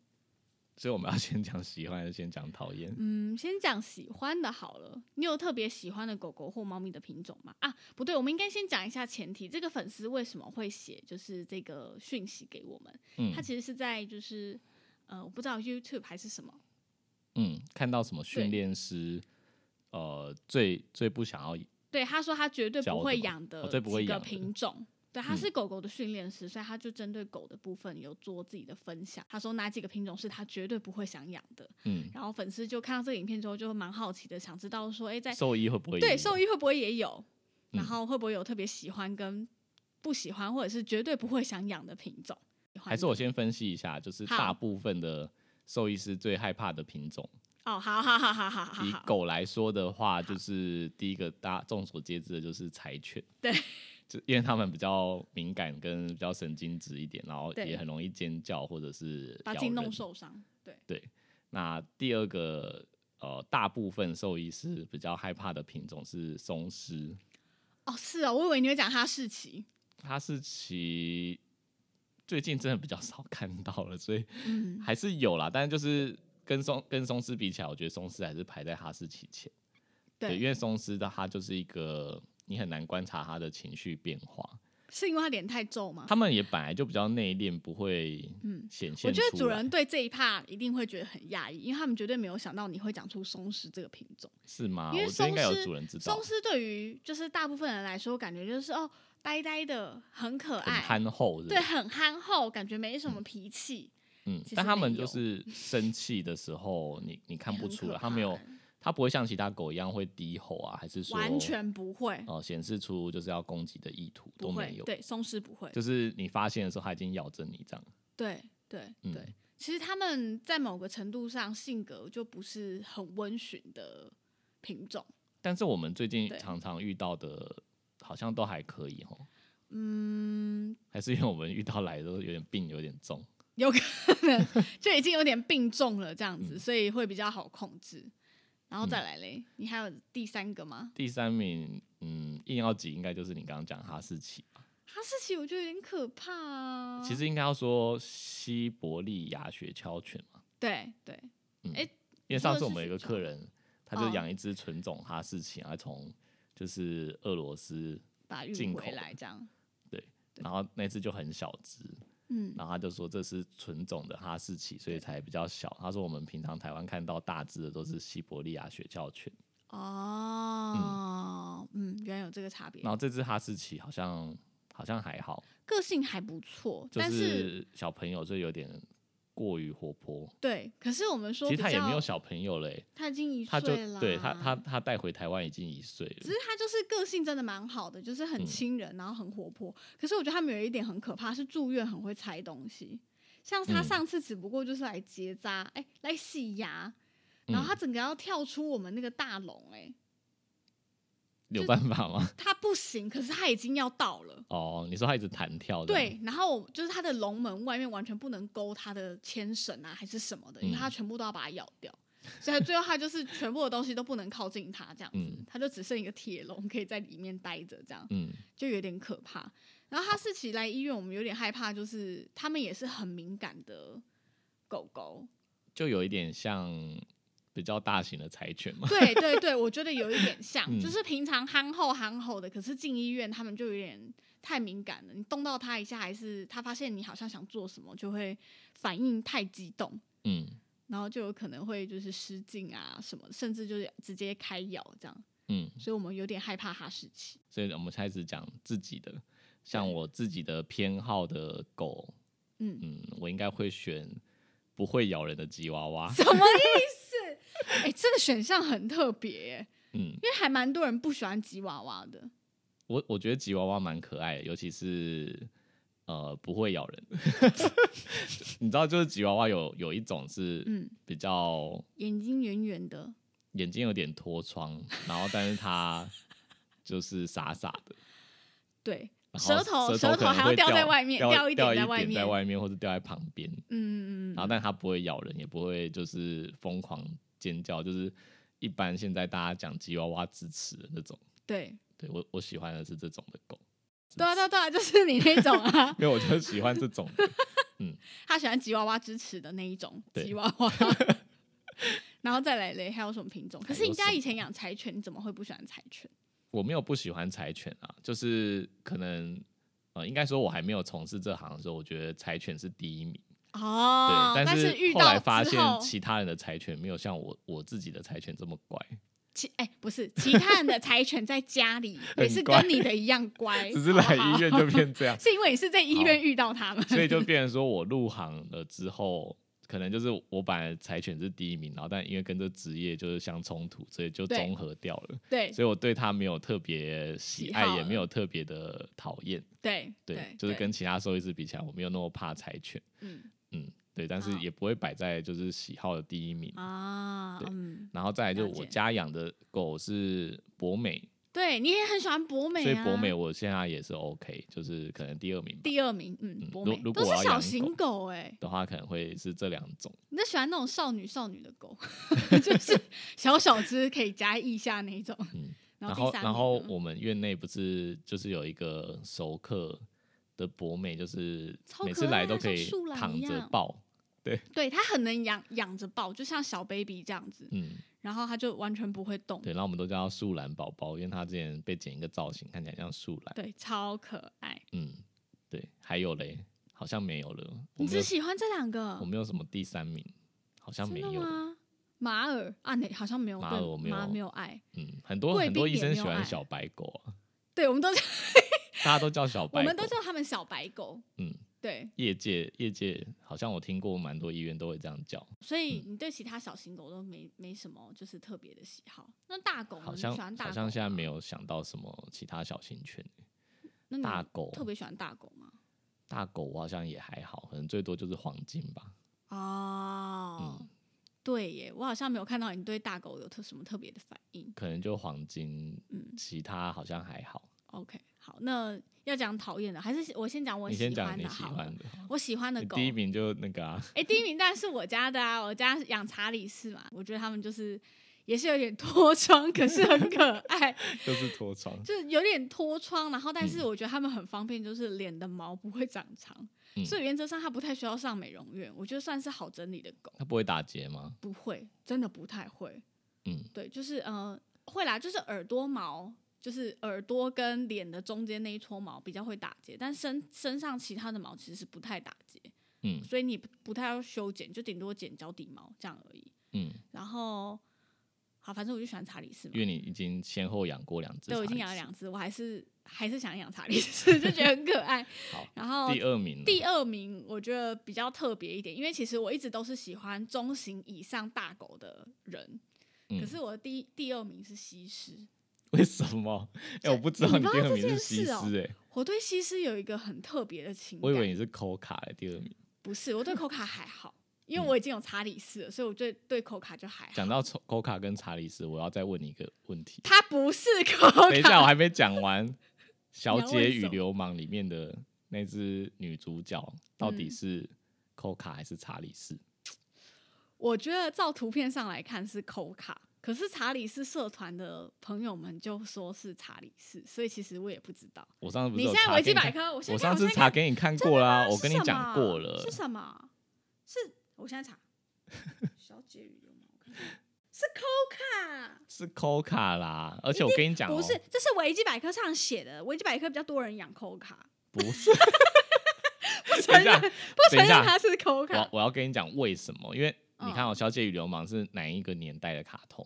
B: 所以我们要先讲喜欢，还是先讲讨厌？
A: 嗯，先讲喜欢的好了。你有特别喜欢的狗狗或猫咪的品种吗？啊，不对，我们应该先讲一下前提。这个粉丝为什么会写就是这个讯息给我们？
B: 嗯
A: 他其实是在就是呃，我不知道 YouTube 还是什么。
B: 嗯，看到什么
A: 对
B: 训练师，呃，最最不想要，
A: 对，他说他绝对
B: 教
A: 不会
B: 什么
A: 养的
B: 哦最不会
A: 几个
B: 养的
A: 品种。对，他
B: 嗯
A: 是狗狗的训练师，所以他就针对狗的部分有做自己的分享。他说哪几个品种是他绝对不会想养的。
B: 嗯，
A: 然后粉丝就看到这个影片之后，就蛮好奇的，想知道说，哎，在
B: 兽医会不会
A: 对，
B: 赢
A: 兽医会不会也有？
B: 嗯
A: 然后会不会有特别喜欢跟不喜欢，或者是绝对不会想养的品种？喜欢
B: 还是
A: 的
B: 我先分析一下，就是
A: 好
B: 大部分的兽医师最害怕的品种。
A: 哦，好好好好好好
B: 以
A: 好，
B: 狗来说的话，就是第一个大家众所皆知的就是柴犬，
A: 对，
B: 就因为它们比较敏感跟比较神经质一点，然后
A: 对
B: 也很容易尖叫或者是
A: 把
B: 咬
A: 自己弄
B: 人
A: 受伤。对，
B: 那第二个呃，大部分兽医师比较害怕的品种是松狮，
A: 哦，是哦，我以为你会讲哈士奇。
B: 哈士奇最近真的比较少 看到了，所以
A: 嗯，
B: 还是有啦，但是就是跟松跟松狮比起来，我觉得松狮还是排在哈士奇前。对，因
A: 对，
B: 为松狮的它就是一个你很难观察它的情绪变化，
A: 是因为它脸太皱吗？
B: 它们也本来就比较内敛，不会
A: 嗯
B: 显
A: 我
B: 现出
A: 觉
B: 来。
A: 得主人对这一趴一定会觉得很讶异，因为他们绝对没有想到你会讲出松狮这个品种。
B: 是吗？
A: 因为
B: 我觉得应该
A: 松狮
B: 有主人知道
A: 松，狮对于就是大部分人来说，感觉就是哦，呆呆的，很可
B: 很
A: 爱，
B: 憨厚是不
A: 对，
B: 是，
A: 很憨厚，感觉没什么脾气，
B: 嗯
A: 其，实
B: 但他们
A: 没有
B: 就是生气的时候，你你看不
A: 很
B: 出
A: 可
B: 来，它没有
A: 怕，欸
B: 它不会像其他狗一样会低吼啊，还是说
A: 完全不会，
B: 哦显示出就是要攻击的意图都
A: 不
B: 没
A: 会，
B: 有，
A: 对，松狮不会，
B: 就是你发现的时候它已经咬着你这样，
A: 对对
B: 嗯
A: 对。其实他们在某个程度上性格就不是很温驯的品种，
B: 但是我们最近
A: 对
B: 常常遇到的，好像都还可以哦。
A: 嗯，
B: 还是因为我们遇到来的都有点病，有点重。
A: 有可能就已经有点病重了这样
B: 嗯
A: 子，所以会比较好控制。然后再来嘞，你还有第三个吗？
B: 第三名，嗯，硬要挤应该就是你刚刚讲哈士奇吧。
A: 哈士奇我觉得有点可怕啊。
B: 其实应该要说西伯利亚雪橇犬嘛，
A: 对对，
B: 因为上次我们有一个
A: 说的
B: 客
A: 是
B: 人，他就
A: 哦
B: 养一只纯种哈士奇，然后从就是俄罗斯，
A: 把它运
B: 进口
A: 回
B: 的
A: 来这样，
B: 然后那只就很小只，
A: 嗯，
B: 然后他就说这是纯种的哈士奇，所以才比较小。他说我们平常台湾看到大只的都是西伯利亚雪橇犬，
A: 哦，嗯，原来有这个差别
B: 然，后这只哈士奇好像好像还好，
A: 个性还不错，
B: 就
A: 但
B: 是小朋友就有点过于活泼。
A: 对，可是我们说
B: 其
A: 比较，
B: 实他也没有小朋友嘞，
A: 他已经一
B: 他就
A: 岁了，
B: 对他他，他带回台湾已经一岁
A: 只
B: 了
A: 是，他就是个性真的蛮好的，就是很
B: 嗯
A: 亲人，然后很活泼。可是我觉得他们有一点很可怕，是住院很会拆东西，像他
B: 嗯
A: 上次只不过就是来结扎，哎、来洗牙。然
B: 嗯
A: 后他整个要跳出我们那个大笼、哎、
B: 有办法吗？
A: 他不行，可是他已经要到了，
B: 哦，你说他一直弹跳，，
A: 对，然后我就是它的笼门外面完全不能勾它的牵绳啊，还是什么的，因为
B: 嗯
A: 它全部都要把它咬掉。所以最后他就是全部的东西都不能靠近他这样子，
B: 嗯
A: 他就只剩一个铁笼可以在里面待着，这样
B: 嗯
A: 就有点可怕。然后哈士奇来医院，我们有点害怕，就是他们也是很敏感的狗狗。
B: 就有一点像比较大型的柴犬嘛。
A: 对对对，我觉得有一点像，
B: 嗯
A: 就是平常憨厚憨厚的，可是进医院他们就有点太敏感了，你动到它一下，还是它发现你好像想做什么，就会反应太激动，
B: 嗯
A: 然后就有可能会就是失禁啊什么，甚至就是直接开咬这样。
B: 嗯，
A: 所以我们有点害怕哈士奇。
B: 所以我们开始讲自己的，像我自己的偏好的狗，
A: 嗯，
B: 嗯，我应该会选不会咬人的吉娃娃。
A: 什么意思？ 哎、这个选项很特别耶，
B: 嗯，
A: 因为还蛮多人不喜欢吉娃娃的。
B: 我我觉得吉娃娃蛮可爱的，尤其是呃不会咬人。 你知道，就是吉娃娃有有一种是
A: 嗯，
B: 比较
A: 眼睛圆圆的，
B: 眼睛有点脱窗，然后但是它就是傻傻的。
A: 对，
B: 然后
A: 舌头
B: 舌
A: 舌头
B: 头可能
A: 还要
B: 会
A: 掉在外面，
B: 掉
A: 一
B: 掉
A: 点在
B: 一
A: 外
B: 点
A: 面。
B: 在外面或者掉在旁边，
A: 嗯嗯嗯
B: 然后但它不会咬人，也不会就是疯狂尖叫，就是一般现在大家讲吉娃娃智齿的那种。
A: 嗯，对，
B: 对我我喜欢的是这种的狗，，
A: 对啊对啊对啊，就是你那种啊
B: 因为我就喜欢这种的
A: 他喜欢吉娃娃支持的那一种
B: 对
A: 吉娃 娃。然后再来嘞，还有什么品种？可是
B: 还有
A: 人家
B: 什么
A: 以前养柴犬，你怎么会不喜欢柴犬？
B: 我没有不喜欢柴犬啊，就是可能呃，应该说我还没有从事这行的时候，我觉得柴犬是第一名。
A: 哦，
B: 对，
A: 但
B: 是
A: 遇
B: 后来
A: 到
B: 发
A: 之
B: 现
A: 后，
B: 其他人的柴犬没有像我我自己的柴犬这么乖，
A: 其哎、不是，其他人的柴犬在家 里也是
B: 乖
A: 跟你的一样乖，
B: 只是
A: 好
B: 来
A: 不好
B: 医院就变这
A: ，
B: 样
A: 是因为你是在医院遇到他 们，
B: 所以就变成说我入行了之后。可能就是我本来柴犬是第一名，然后但因为跟这职业就是相冲突，所以就
A: 对
B: 综合掉了。
A: 对
B: 所以我对它没有特别喜
A: 喜
B: 爱，
A: 好
B: 也
A: 了
B: 没有特别的讨厌。
A: 对
B: 对，就是跟其他兽医师比起来，我没有那么怕柴犬，
A: 嗯
B: 嗯，对，但是
A: 好
B: 也不会摆在就是喜好的第一名。
A: 啊
B: 对
A: 嗯，
B: 然后再来就
A: 了
B: 我
A: 解
B: 家养的狗是博美，
A: 对，你也很喜欢博美、啊，
B: 所以博美我现在也是 OK，就是可能第二名吧
A: 第二名，嗯，
B: 嗯
A: 博
B: 如
A: 美
B: 如
A: 都
B: 果我
A: 是
B: 要
A: 小
B: 养
A: 型狗哎、
B: 的话，可能会是这两种。
A: 你都喜欢那种少女少女的狗， 就是小小只可以夹腋下那一种，
B: 嗯
A: 然后
B: 后
A: 第三名
B: 然后
A: 呢
B: 我们院内不是就是有一个熟客的博美，就是
A: 超
B: 每
A: 可
B: 次来
A: 爱
B: 都
A: 啊
B: 可
A: 像
B: 以
A: 树懒
B: 躺
A: 一
B: 着
A: 样
B: 抱，
A: 对它很能养养着抱，就像小 baby 这样子，
B: 嗯，
A: 然后它就完全不会动，
B: 对，然后我们都叫它树懒宝宝，因为它之前被剪一个造型，看起来像树懒。
A: 对，超可爱。
B: 嗯，对，还有嘞，好像没有了。
A: 你
B: 我没
A: 只
B: 有，
A: 喜欢这两个？
B: 我没有什么第三名，好像没
A: 真
B: 有
A: 的。吗？马尔啊，你好像没有
B: 马
A: 对
B: 尔我没有
A: 马没有爱，
B: 嗯，很多
A: 贵
B: 很多
A: 宾
B: 医
A: 也
B: 生
A: 没
B: 喜
A: 有
B: 欢
A: 爱
B: 小白狗啊，
A: 对我们都
B: 大家都叫小白
A: 我
B: 狗。
A: 们都叫他们小白狗，
B: 嗯，
A: 对，
B: 业界业界好像我听过蛮多医院都会这样叫，
A: 所以
B: 嗯
A: 你对其他小型狗都没没什么就是特别的喜好。那大狗呢？
B: 好
A: 你
B: 像
A: 喜欢大
B: 好
A: 狗？
B: 像现在没。有想到什么其他小型犬。
A: 那你
B: 大狗
A: 特别喜欢大狗吗？
B: 大狗我好像也还好，可能最多就是黄金吧。
A: 哦，
B: 嗯
A: 对耶，我好像没有看到你对大狗有特什么特别的反应。
B: 可能就黄金，
A: 嗯
B: 其他好像还好。
A: ，OK，好，那要讲讨厌的，还是我先讲我
B: 你先
A: 喜
B: 讲
A: 欢
B: 你
A: 的
B: 喜
A: 好了
B: 欢。的，
A: 我喜欢的
B: 你
A: 狗，
B: 第一名就那个啊，
A: 哎、第一名当然是我家的啊，我家养查理士嘛，我觉得他们就是也是有点 脱窗，可是很可爱，
B: 就是脱窗。
A: 就是有点脱窗，然后但是
B: 嗯
A: 我觉得他们很方便，就是脸的毛不会长长，
B: 嗯
A: 所以原则上它不太需要上美容院，我觉得算是好整理的狗，
B: 它不会打结吗？
A: 不会，真的不太会，
B: 嗯，
A: 对，就是呃会啦，就是耳朵毛。就是耳朵跟脸的中间那一撮毛比较会打结，但身身上其他的毛其实是不太打结，
B: 嗯
A: 所以你不不太要修剪，就顶多剪脚底毛这样而已。
B: 嗯，
A: 然后，好，反正我就喜欢查理士嘛
B: 因。为你已经先后养过两只，
A: 对，我已经养了。两只，我还是还是想养查理士， 就觉得很可爱。
B: 好，
A: 然后
B: 第二名呢，
A: 第二名我觉得比较特别一点，因为其实我一直都是喜欢中型以上大狗的人，
B: 嗯
A: 可是我的第一第二名是西施。
B: 为什么？哎，我不知道
A: 你
B: 你
A: 不
B: 第
A: 知道
B: 二
A: 这
B: 名是
A: 件
B: 西
A: 事哦
B: 施，哎，
A: 我对西施有一个很特别的情感，
B: 我以为你是抠卡哎，第二名。
A: 不是，我对口卡还 好，因为我已经有查理士了，所以我对对口卡就还好。
B: 讲到抠卡跟查理斯，我要再问你一个问题。
A: 它不是口卡，
B: 等一下，我还没讲 完，《小
A: 你要
B: 姐
A: 问什
B: 与
A: 么
B: 流氓》里面的那只女主角到底
A: 嗯
B: 是抠卡还是查理斯？
A: 我觉得照图片上来看是口卡，可是查理士社团的朋友们就说是查理士，所以其实我也不知道。
B: 我上次不
A: 你
B: 是有
A: 现在
B: 查
A: 维
B: 给
A: 基
B: 你
A: 百
B: 看，
A: 科，我
B: 我
A: 先看
B: 上次
A: 现在
B: 查
A: 看
B: 给你看
A: 真
B: 过
A: 的
B: 啦，
A: 吗
B: 我
A: 是
B: 跟你
A: 什
B: 讲
A: 么
B: 过了，
A: 是什么？是我现在 查，小姐语有吗？我看看是 Coca，
B: 是 Coca 啦，而且我跟你讲、哦，
A: 不是，这是维基百科上写的，维基百科比较多人养 Coca，
B: 不是，
A: 不
B: 等
A: 承
B: 一下
A: 认，不承
B: 等
A: 认
B: 一下
A: 它是
B: 我
A: Coca。
B: 我要跟你讲为什么，因为你看哦，
A: 嗯
B: 《小姐与流氓》是哪一个年代的卡通？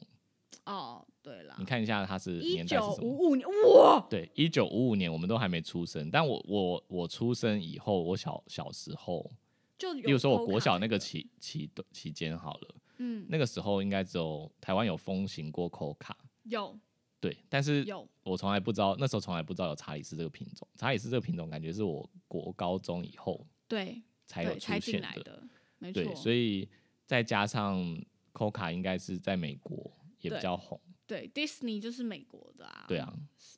A: 哦，对了
B: 你，看一下它是
A: 一
B: 年代
A: 九
B: 是什么？
A: 五五年，哇，
B: 对，一九五五年我们都还没出生，但我我我出生以后，我小小时候，
A: 就有
B: 比如说我国
A: Coca
B: 小那
A: 这
B: 个期期段期间好了，
A: 嗯，
B: 那个时候应该只有台湾有风行过 Coca，
A: 有
B: 对，但是
A: 有，
B: 我从来不知道，那时候从来不知道有查理斯这个品种。查理斯这个品种感觉是我国高中以后
A: 对
B: 才有
A: 对，
B: 出
A: 才进
B: 现
A: 来的，没错
B: 对，，所以再加上 Coca 应该是在美国也比
A: 对
B: 较红，
A: 对 Disney 就是美国的啊，
B: 对啊，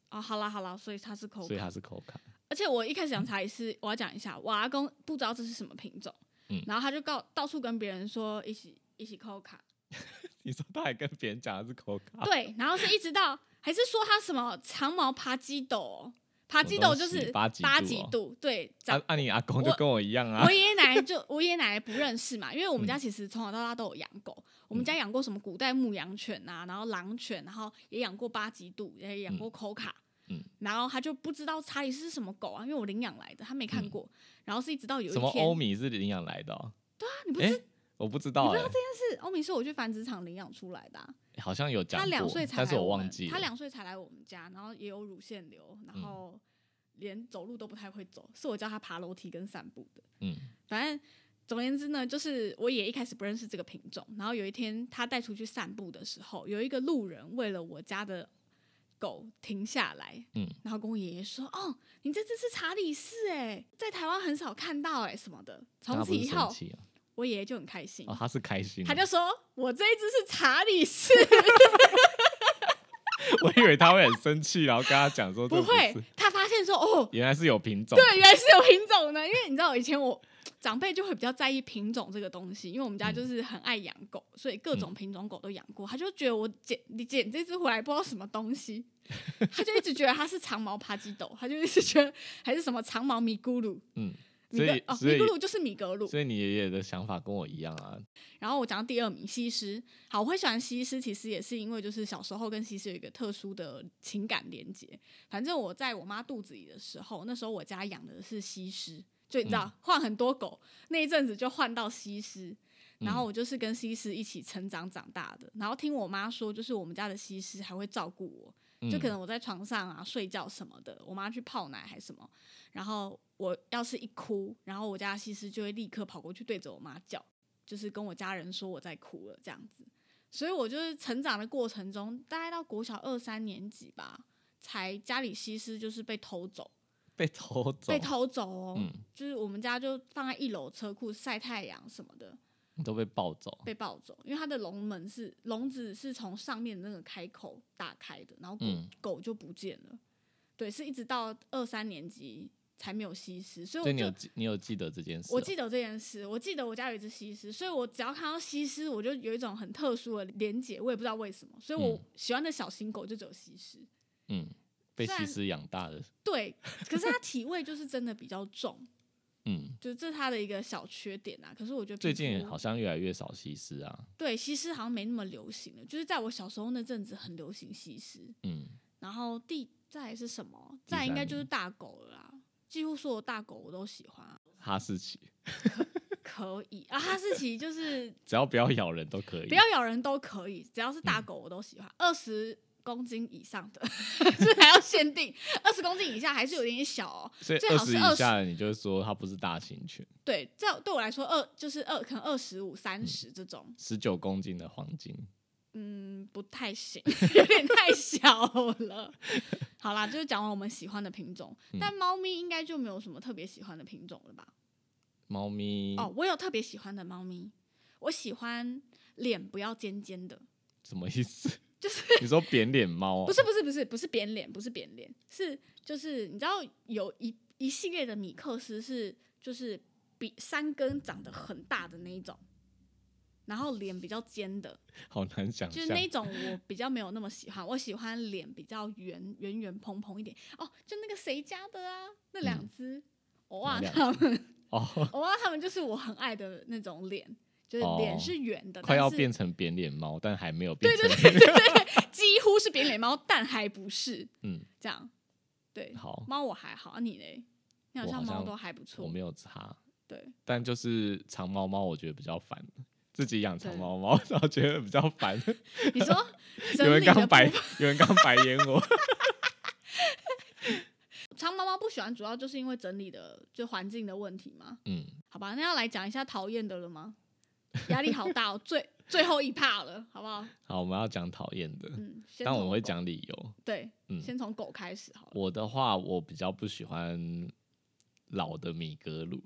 A: 啊，好啦好啦，所以它是 Coca，
B: 所以它是 Coca。
A: 而且我一开始想查理斯，我要讲一下，我阿公不知道这是什么品种，
B: 嗯
A: 然后他就告到处跟别人说一起一起扣卡，
B: 你说他还跟别人讲的是 Coca，
A: 对，然后是一直到还是说他什么长毛爬鸡斗、哦，爬鸡斗就
B: 什么东
A: 是
B: 西八几度
A: 几
B: 哦
A: 度，对，长、
B: 按按、啊你阿公就
A: 我
B: 跟我一样啊嗯
A: 我，爷爷奶奶就我爷爷奶奶不认识嘛，因为我们家其实从小到大都有养狗，我们家养过什么古代牧羊犬啊，然后狼犬，然后也养过巴吉度，也养过口卡。
B: 嗯
A: 然后他就不知道查理斯是什么狗啊，因为我领养来的，他没看过。然后是一直到有一
B: 嗯什么
A: 天，
B: 欧米是领养来的、哦？
A: 啊你不
B: 哎、
A: 知
B: 我不知道、
A: 你不
B: 欸，
A: 知道是欧米是我去繁殖场领养出来的啊、
B: 好像有讲
A: 他两
B: 过
A: 岁，才
B: 但是
A: 来
B: 我忘
A: 们
B: 记
A: 他
B: 了
A: 两岁才来我们家，然后也有乳腺瘤，然
B: 嗯
A: 后连走路都不太会走，是我教他爬楼梯跟散步的。
B: 嗯
A: 反正总而言之呢，就是我也一开始不认识这个品种，然后有一天他带出去散步的时候，有一个路人为了我家的狗停下来，
B: 嗯，
A: 然后跟我爷爷说：“哦，你这只是查理士哎、在台湾很少看到哎、什么的。”从
B: 他
A: 此
B: 不是
A: 以
B: 生
A: 后，
B: 气啊
A: 我爷爷就很开心，
B: 哦，他是开心的，
A: 他就说：“我这一只是查理 士。”
B: 我以为他会很生气，然后跟他讲说这
A: 不会
B: 是，
A: 他发现说哦，
B: 原来是有品种，
A: 对，原来是有品种的，因为你知道以前我长辈就会比较在意品种这个东西，因为我们家就是很爱养狗，
B: 嗯
A: 所以各种品种狗都养过，他就觉得我捡你捡这只回来不知道什么东西， 他就一直觉得它是长毛帕基斗，他就一直觉得还是什么长毛米咕噜。
B: 嗯，
A: 米
B: 所
A: 格
B: 以
A: 哦，
B: 所
A: 米
B: 以
A: 咕噜就是米格鲁。
B: 所以你爷爷的想法跟我一样啊，
A: 然后我讲到第二名西施，好，我会喜欢西施，其实也是因为就是小时候跟西施有一个特殊的情感连接。反正我在我妈肚子里的时候，那时候我家养的是西施，就你知道、换很多狗，那一阵子就换到西施。然后我就是跟西施一起成长长大的，然后听我妈说，就是我们家的西施还会照顾我，就可
B: 嗯
A: 能我在床上啊睡觉什么的，我妈去泡奶还是什么，然后我要是一哭，然后我家的西施就会立刻跑过去对着我妈叫，就是跟我家人说我在哭了这样子。所以我就是成长的过程中，大概到国小二三年级吧，才家里西施就是被偷走，
B: 被偷走，
A: 被偷走哦，
B: 嗯
A: 就是我们家就放在一楼车库晒太阳什么的，
B: 都被抱走，
A: 被抱走，因为它的笼门是笼子是从上面那个开口打开的，然后狗、
B: 嗯
A: 狗就不见了。对，是一直到二三年级才没有西施，所以
B: 所
A: 我
B: 以你
A: 就
B: 有记你有记得这件事哦、
A: 我记得这件事，我记得我家有一只西施，所以我只要看到西施，我就有一种很特殊的连结，我也不知道为什么，所以我
B: 嗯
A: 喜欢的小型狗就只有西施。
B: 嗯，被
A: 虽
B: 西
A: 然
B: 施养大的，
A: 对，可是它体味就是真的比较重，
B: 嗯，
A: 就是这是它的一个小缺点啊。可是我觉得
B: 最
A: 皮
B: 近
A: 肤
B: 好像越来越少西施啊，
A: 对西施好像没那么流行了，就是在我小时候那阵子很流行西施，
B: 嗯，
A: 然后第再来是什么？
B: 第
A: 再来应该
B: 三
A: 就是大狗了啦，几乎所有大狗我都喜欢啊、
B: 哈士奇
A: 可以啊，哈士奇 就是
B: 只要不要咬人都可以，嗯
A: 不要咬人都可以，只要是大狗我都喜欢，二十、公斤以上的， 这还要限定，二十公斤以下还是有点小哦。
B: 所以
A: 最
B: 二
A: 好
B: 十
A: 是
B: 以
A: 20
B: 下的你就会说它不是大型犬，
A: 对，这对我来说二就是二，可能二十五、三十这种，
B: 十九公斤的黄金，
A: 嗯，不太 行，有点太小了。好啦，就是讲完我们喜欢的品种，
B: 嗯
A: 但猫咪应该就没有什么特别喜欢的品种了吧？
B: 猫咪、
A: 哦，我有特别喜欢的猫咪，我喜欢脸不要尖尖的，
B: 什么意思？
A: 就是
B: 你说扁脸 猫、哦？
A: 不是不是不是不是扁脸，不是扁脸，是就是你知道有一一系列的米克斯是就是比三根长得很大的那一种，然后脸比较尖的，
B: 好难想
A: 就是
B: 象
A: 那种我比较没有那么喜欢，我喜欢脸比较圆圆圆蓬蓬一点。哦，就那个谁家的啊，那两只，哇、
B: 嗯哪两只
A: 他们，
B: 哦，
A: 哇、他们就是我很爱的那种脸，就是
B: 哦
A: 脸是圆的，
B: 快要
A: 但是
B: 变成扁脸猫，但还没有变成。
A: 几乎是扁脸猫，但还不是
B: 嗯，
A: 这样。对，
B: 好，
A: 猫我还好，啊你嘞？你好
B: 我
A: 像
B: 好
A: 猫
B: 像
A: 都还不错
B: 我，没有擦，
A: 对，
B: 但就是长毛猫，我觉得比较烦。自己养长毛猫， 然后觉得比较烦。
A: 你 说
B: 有
A: 整
B: 人
A: 理的
B: 刚白
A: 部分，
B: 有人刚白眼 我。
A: 长毛猫不喜欢，主要就是因为整理的就环境的问题嘛。
B: 嗯，
A: 好吧，那要来讲一下讨厌的了吗？压力好大哦，最最后一趴了，好不好？
B: 好，我们要讲讨厌的，
A: 嗯，先
B: 但我
A: 从
B: 们会
A: 狗
B: 讲理由。
A: 对，
B: 嗯
A: 先从狗开始好了。
B: 我的话，我比较不喜欢老的米格鲁，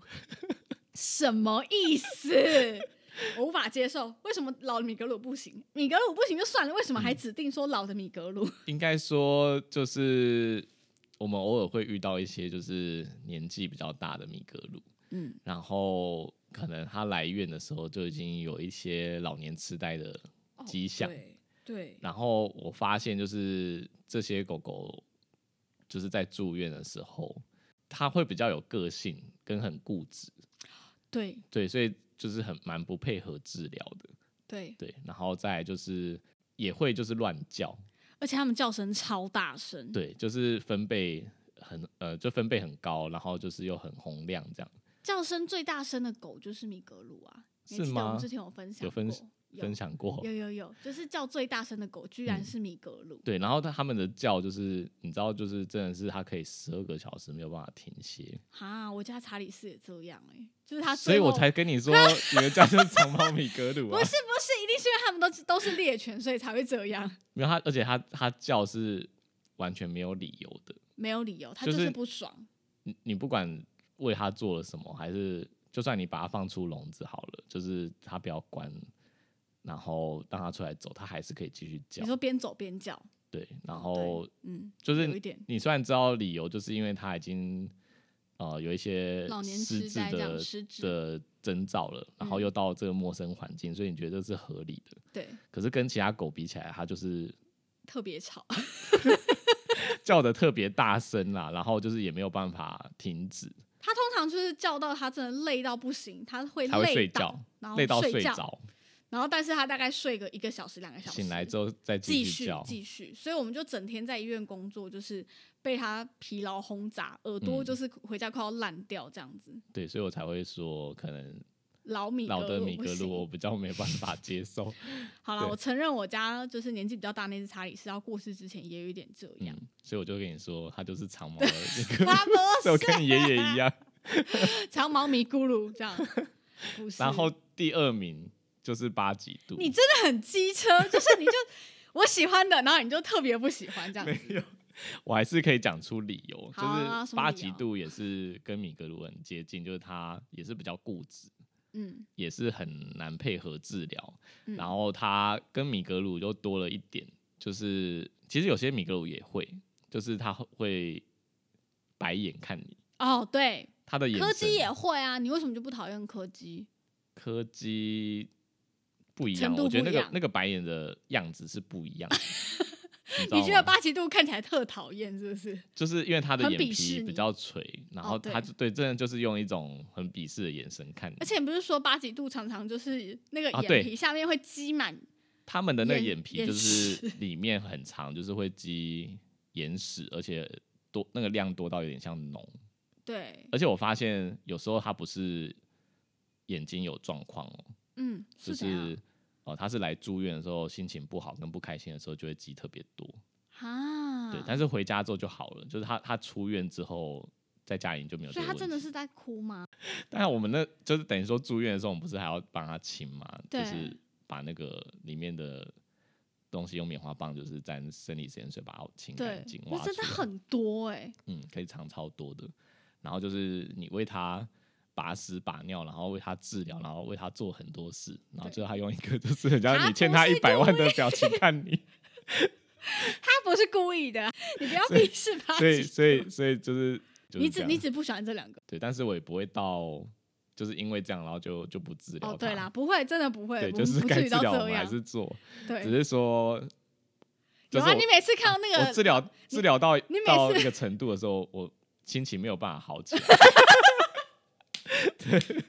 A: 什么意思？我无法接受，为什么老的米格鲁不行？米格鲁不行就算了，为什么还指定说老的米格鲁？
B: 应该说就是我们偶尔会遇到一些就是年纪比较大的米格鲁，
A: 嗯，
B: 然后可能他来院的时候就已经有一些老年痴呆的迹象。
A: 哦对对，
B: 然后我发现就是这些狗狗就是在住院的时候，它会比较有个性跟很固执，
A: 对
B: 对，所以就是很蛮不配合治疗的，
A: 对，
B: 对。然后再来就是也会就是乱叫，
A: 而且他们叫声超大声，
B: 对，就是分贝很呃就分贝很高，然后就是又很洪亮这样。
A: 叫声最大声的狗就是米格鲁啊，你还
B: 是
A: 记得我
B: 吗
A: 们之前有分享
B: 有分
A: 过有
B: 分享过，
A: 有有有，就是叫最大声的狗居然
B: 嗯
A: 是米格鲁，
B: 对，然后它它们的叫就是你知道，就是真的是它可以十二个小时没有办法停歇，
A: 啊，我家查理斯也这样哎、就是他，
B: 所以我才跟你说你的叫就是长毛米格鲁
A: 不
B: 啊
A: 是不。是，一定是因为他们都都是猎犬，所以才会这样，
B: 没有他，而且他他叫是完全没有理由的。
A: 没有理由，他
B: 就
A: 就是
B: 是
A: 不爽。
B: 你你不管为他做了什么，还是就算你把它放出笼子好了，就是它不要关，然后让它出来走，它还是可以继续叫
A: 你。说边走边叫，
B: 对，然
A: 对
B: 后
A: 嗯，
B: 就
A: 有一
B: 是
A: 点
B: 你虽然知道理由，就是因为它已经呃有一些
A: 老年
B: 失
A: 痴
B: 智
A: 呆这样
B: 的
A: 失智，嗯
B: 的征兆了，然后又到这个陌生环境，所以你觉得这是合理的。
A: 对，
B: 可是跟其他狗比起来，它就是
A: 特别吵，
B: 叫的特别大声啦，然后就是也没有办法停止，
A: 他通常就是叫到他真的累到不行，他会
B: 才会睡
A: 累倒
B: 觉，
A: 然后
B: 累到
A: 睡
B: 睡
A: 觉，
B: 着，
A: 然后但是他大概睡个一个小时、两个小时，
B: 醒来之后再
A: 继
B: 继续
A: 续
B: 叫。
A: 继续，所以我们就整天在医院工作，就是被他疲劳轰炸，耳朵
B: 嗯
A: 就是回家快要烂掉这样子。
B: 对，所以我才会说，可能
A: 老米
B: 老的
A: 鲁
B: 米
A: 不
B: 格
A: 行
B: 鲁我比较没办法接受。
A: 好了，
B: 对
A: 我承认我家就是年纪比较大那只查理斯要过世之前也有一点这样
B: 嗯，，所以我就跟你说，它就是长毛的米格 鲁，
A: 他
B: 所以
A: 不
B: 我跟你爷爷一样。
A: 是长毛米咕噜这 样，不是。
B: 然后第二名就是八几度，
A: 你真的很机车，就是你就我喜欢的，然后你就特别不喜欢这样子。
B: 没有，我还是可以讲出理由，
A: 好啊
B: 就
A: 什
B: 是
A: 么
B: 八
A: 理
B: 几
A: 由
B: 度也是跟米格鲁很接近，就是它也是比较固执，
A: 嗯，
B: 也是很难配合治疗。
A: 嗯
B: 然后它跟米格鲁又多了一点，就是其实有些米格鲁也会，就是它会白眼看你，
A: 哦对，
B: 它的眼
A: 柯
B: 神
A: 基也会啊，你为什么就不讨厌柯基？
B: 柯基不一
A: 程
B: 样，
A: 度
B: 我觉得
A: 不
B: 那
A: 一
B: 个
A: 样
B: 那个白眼的样子是不一 样的。你知道
A: 你觉得
B: 吗
A: 八七度看起来特讨厌是不 是？
B: 就是因为他的
A: 很
B: 眼
A: 鄙视
B: 皮
A: 你
B: 比较垂，然后
A: 哦对
B: 他就对，真的就是用一种很鄙视的眼神看你
A: 而。且你不是说八几度常常就是那个
B: 啊
A: 眼
B: 对
A: 皮下面会积满、
B: 他们的那个
A: 眼
B: 眼皮
A: 眼
B: 就是
A: 屎
B: 里面很长，就是会积眼屎，而且多那个量多到有点像脓。
A: 对，
B: 而且我发现有时候它不是眼睛有状况哦，
A: 嗯，
B: 就是
A: 怎样
B: 是哦，他是来住院的时候心情不好跟不开心的时候就会积特别多。
A: 啊，
B: 对，但是回家之后就好了，就是他他出院之后在家里就没有这
A: 所以
B: 个
A: 他
B: 问题。
A: 真的是在哭吗？
B: 但是我们那就是等于说住院的时候，我们不是还要帮他清嘛？就
A: 对
B: 是把那个里面的东西用棉花棒就是沾生理盐水把它清
A: 对
B: 干净，，挖
A: 那真的
B: 出来
A: 很多哎、
B: 嗯，可以藏超多的。然后就是你为他把屎把尿，然后为他治疗，然后为他做很多事，然后
A: 对
B: 最后他用一个就是人家
A: 他
B: 你欠
A: 不
B: 他
A: 是
B: 一百万的表情看 你，
A: 他不是故意的，你不要鄙视八
B: 所以
A: 几，
B: 所以所以就是。就是
A: 你
B: 这
A: 只
B: 样
A: 你只不喜欢这两个，
B: 对，但是我也不会到就是因为这样，然后就就不治疗它。
A: 哦，对啦，不会，真的不会，我
B: 对，就
A: 们
B: 是
A: 不
B: 该
A: 至于
B: 治
A: 到
B: 疗我
A: 这
B: 们还
A: 样。
B: 是做，只
A: 对，
B: 是说，就
A: 有
B: 是
A: 啊，
B: 我
A: 你每次看到那
B: 我
A: 个
B: 治疗治疗到
A: 你每
B: 到
A: 次
B: 那个程度的时候，我心情没有办法 好起来。对，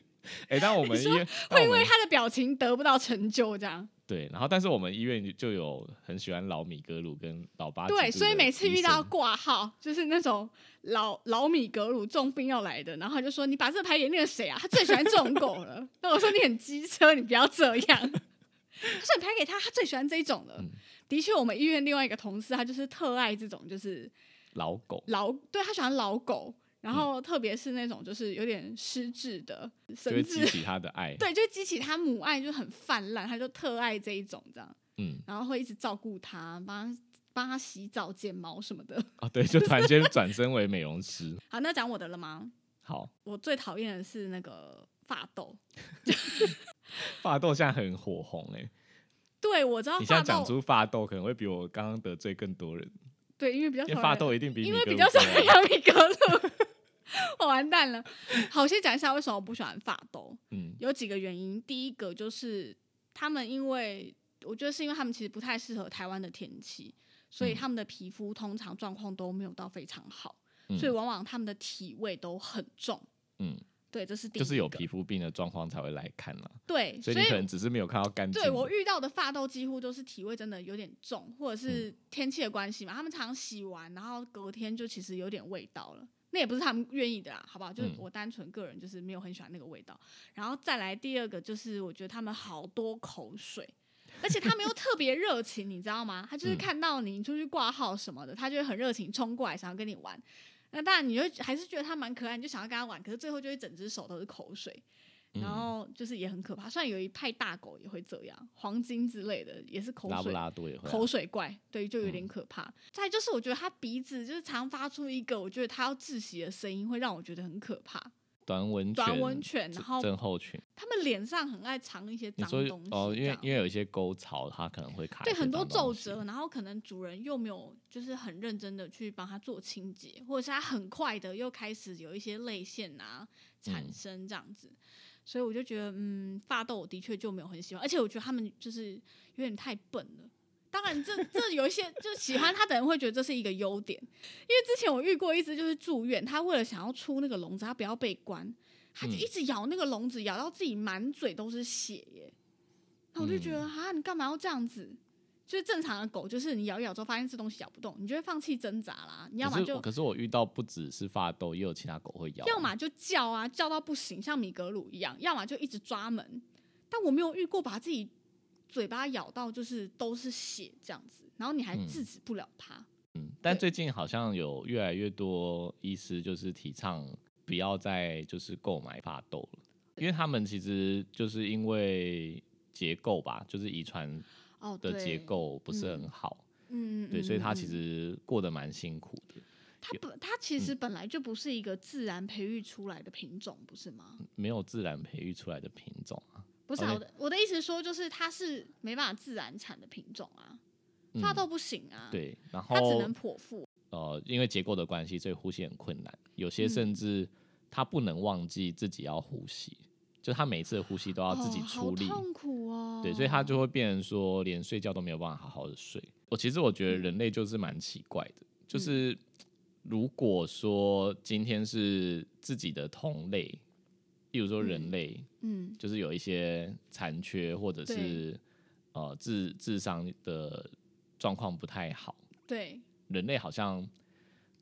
B: 哎、 但我们医院但
A: 会
B: 我
A: 因为
B: 们
A: 他的表情得不到成就，这样
B: 对，然后但是我们医院就有很喜欢老米格鲁跟老八
A: 对，
B: 几度
A: 所以
B: 的
A: 每次
B: 医
A: 遇到
B: 生
A: 挂号，就是那种老老米格鲁重病要来的，然后他就说你把这牌给那个谁啊，他最喜欢这种狗 了。那我说你很机车，你不要这样。 他说你牌给他，他最喜欢这一种了。
B: 嗯
A: 的确，我们医院另外一个同事，他就是特爱这种，就是
B: 老狗，
A: 老，对他喜欢老狗，然
B: 嗯
A: 后特别是那种就是有点失智的，
B: 就会
A: 神
B: 激
A: 智，
B: 起他的爱。
A: 对，就激起他母爱就很泛滥，他就特爱这一种这样，
B: 嗯，
A: 然后会一直照顾他，帮他帮他洗澡、剪毛什么的。
B: 啊，对，就突然间转身为美容师。
A: 好，那讲我的了吗？
B: 好，
A: 我最讨厌的是那个发豆，
B: 发豆现在很火红哎、
A: 对我知道
B: 你现
A: 啊发
B: 在讲
A: 豆，
B: 出发豆，可能会比我刚刚得罪更多人，
A: 对，因为比较
B: 因为
A: 讨
B: 发
A: 厌
B: 豆一定比
A: 因为
B: 米格
A: 比
B: 鲁
A: 较喜
B: 多
A: 欢杨米格鲁， 我完蛋了。好，我先讲一下为什么我不喜欢发豆。
B: 嗯
A: 有几个原因，第一个就是他们因为我觉得是因为他们其实不太适合台湾的天气，所以
B: 嗯
A: 他们的皮肤通常状况都没有到非常好，
B: 嗯
A: 所以往往他们的体味都很重。
B: 嗯，
A: 对，这是第一
B: 就
A: 个
B: 是有皮肤病的状况才会来看啦。
A: 对，
B: 所
A: 所
B: 以你可能只是没有看到干净的。
A: 对我遇到的发豆几乎都是体味真的有点重，或者是
B: 嗯
A: 天气的关系嘛，他们常洗完，然后隔天就其实有点味道了。那也不是他们愿意的啦，好不好？就是
B: 嗯
A: 我单纯个人就是没有很喜欢那个味道。然后再来第二个就是，我觉得他们好多口水，而且他们又特别热情，你知道吗？他就是
B: 嗯
A: 看到你出去挂号什么的，他就会很热情冲过来想要跟你玩。那当然，你就还是觉得他蛮可爱，你就想要跟他玩，可是最后就会整只手都是口水。
B: 嗯
A: 然后就是也很可怕。虽然有一派大狗也会这样，黄金之类的也是口
B: 拉布
A: 水
B: 拉多也会啊、
A: 口水怪，对，就有点
B: 嗯
A: 可怕。再来就是我觉得它鼻子就是常发出一个我觉得它要窒息的声音，会让我觉得很可怕。
B: 短吻
A: 短
B: 犬
A: 吻犬，然后
B: 症候群。
A: 它们脸上很爱藏一些
B: 你
A: 脏
B: 说
A: 东西，
B: 哦，因
A: 这
B: 为
A: 样
B: 因为有一些沟槽，它可能会卡一
A: 对
B: 些
A: 很多
B: 脏东
A: 皱
B: 西
A: 褶，然后可能主人又没有就是很认真的去帮它做清洁，或者是它很快的又开始有一些泪腺啊产
B: 嗯
A: 生这样子，所以我就觉得嗯，发豆我的确就没有很喜欢，而且我觉得他们就是有点太笨了。当然这，这有一些就喜欢它的人会觉得这是一个优点，因为之前我遇过一只就是住院，它为了想要出那个笼子，它不要被关，它就
B: 嗯
A: 一直咬那个笼子，咬到自己满嘴都是血耶。那我就觉得
B: 嗯
A: 啊、你干嘛要这样子？就是正常的狗，就是你咬一咬之后发现这东西咬不动，你就会放弃挣扎啦。你要
B: 可
A: 么
B: 是
A: 就
B: 可是我遇到不只是发豆，也有其他狗会咬啊。
A: 要么就叫啊，叫到不行，像米格鲁一样；要么就一直抓门。但我没有遇过把自己嘴巴咬到就是都是血这样子，然后你还
B: 嗯
A: 制止不了它。
B: 嗯，但
A: 对
B: 最近好像有越来越多医师就是提倡不要再就是购买发豆了，因为他们其实就是因为结构吧，就是遗传
A: 哦，
B: 的
A: 对
B: 结，构不是
A: 嗯
B: 很好，
A: 嗯，嗯
B: 对，所以他
A: 嗯
B: 其。
A: 嗯
B: 实过得蛮辛苦的。
A: 它本它其实本来就不是一个自然培育出来的品种，不是吗？
B: 没有自然培育出来的品种啊。
A: 不是、啊，
B: OK
A: 我的我的意思说，就是它是没办法自然产的品种啊，
B: 嗯
A: 发豆不行啊，，
B: 对，哦然
A: 它只
B: 后
A: 能剖腹，啊
B: 呃，因为结构的关系，所以呼吸很困难。有些
A: 嗯
B: 甚至他不能忘记自己要呼吸，就他每一次的呼吸都要自己
A: 哦好
B: 出力。
A: 痛苦哦。
B: 对，所以他就会变成说，连睡觉都没有办法好好的睡。我其实我觉得人类就是蛮奇怪的，
A: 嗯
B: 就是如果说今天是自己的同类，例如说人类，
A: 嗯，
B: 就是有一些残缺或者是呃智智商的状况不太好，
A: 对，
B: 人类好像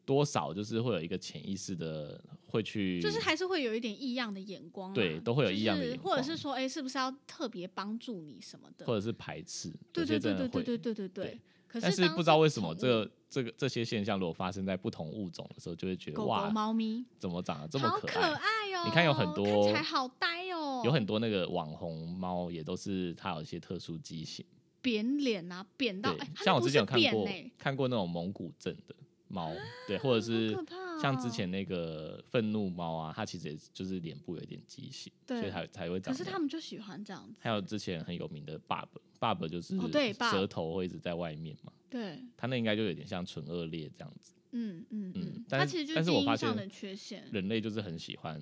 B: 多少就是会有一个潜意识的会去，
A: 就是还是会有一点异样的眼光啦，
B: 对都会有异样的
A: 就
B: 眼
A: 是或者
B: 光
A: 是说，哎、是不是要特别帮助你什么的？
B: 或者是排斥，
A: 对
B: 有些
A: 对对对
B: 真的
A: 对
B: 会
A: 对对对对
B: 对。
A: 可
B: 但
A: 是嗯
B: 是不知道为什么这
A: 个
B: 个这个这些现象如果发生在不同物种的时候，就会觉得
A: 狗狗、
B: 哇，
A: 猫咪
B: 怎么长得这么
A: 好
B: 可
A: 可
B: 爱？
A: 爱哦、
B: 你看有很
A: 看起
B: 多
A: 来好呆哦、
B: 有很多那个网红猫也都是它有一些特殊畸形，
A: 扁脸啊，扁到
B: 对
A: 哎、它，那
B: 像我
A: 不
B: 之前有
A: 是
B: 看
A: 扁
B: 过
A: 欸
B: 看过那种蒙古症的猫，对，或者是
A: 啊好可怕
B: 像
A: 哦
B: 之前那个愤怒猫啊，它其实也就是脸部有点畸形，所
A: 对
B: 以才才会
A: 可
B: 长那样。
A: 是他们就喜欢这样子，
B: 还有之前很有名的爸爸，爸爸就是
A: 哦对，Barb
B: 舌头会一直在外面嘛，
A: 对，
B: 它那应该就有点像唇腭裂这样子。
A: 嗯嗯
B: 嗯
A: 嗯，
B: 但
A: 它
B: 是
A: 其实就
B: 但是
A: 基
B: 我
A: 因
B: 发
A: 上
B: 现
A: 的缺陷，
B: 人类就是很喜欢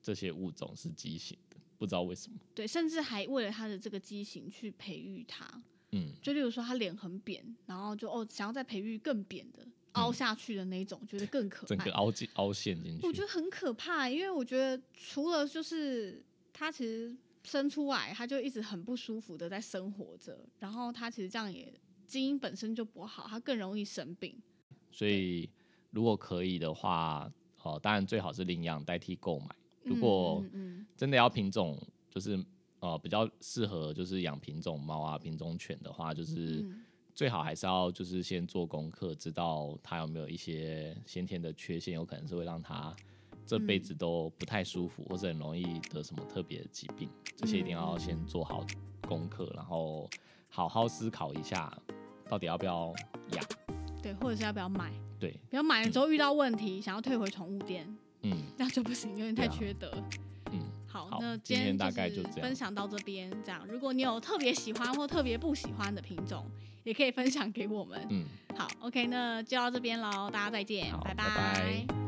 B: 这些物种是畸形的，不知道为什么。
A: 对，甚至还为了它的这个畸形去培育它。
B: 嗯，
A: 就例如说它脸很扁，然后就哦想要再培育更扁的，凹下去的那一种，觉得更可
B: 嗯整
A: 爱
B: 个。凹进凹陷进去。
A: 我觉得很可怕，因为我觉得除了就是它其实生出来，它就一直很不舒服的在生活着，然后它其实这样也基因本身就不好，它更容易生病。
B: 所以如果可以的话，哦，当然最好是领养代替购买。如果
A: 嗯嗯
B: 真的要品种，就是呃比较适合就是养品种猫啊、品种犬的话，就
A: 嗯
B: 是
A: 嗯
B: 最好还是要就是先做功课，知道它有没有一些先天的缺陷，有可能是会让它这辈子都不太舒服，或者很容易得什么特别的疾病。这些一定要先做好功课，然后好好思考一下，到底要不要养。
A: 对，或者是要不要买？
B: 对，
A: 不要买了之后遇到问题，想要退回宠物店，
B: 嗯
A: 那就不行，有点太
B: 对啊
A: 缺德。
B: 嗯。
A: 好，
B: 好
A: 那
B: 今天大概
A: 就
B: 就是这样
A: 分享到这边。这样，如果你有特别喜欢或特别不喜欢的品种，也可以分享给我们。
B: 嗯。
A: 好，OK，那就到这边喽，大家再见，
B: 好
A: 拜
B: 拜拜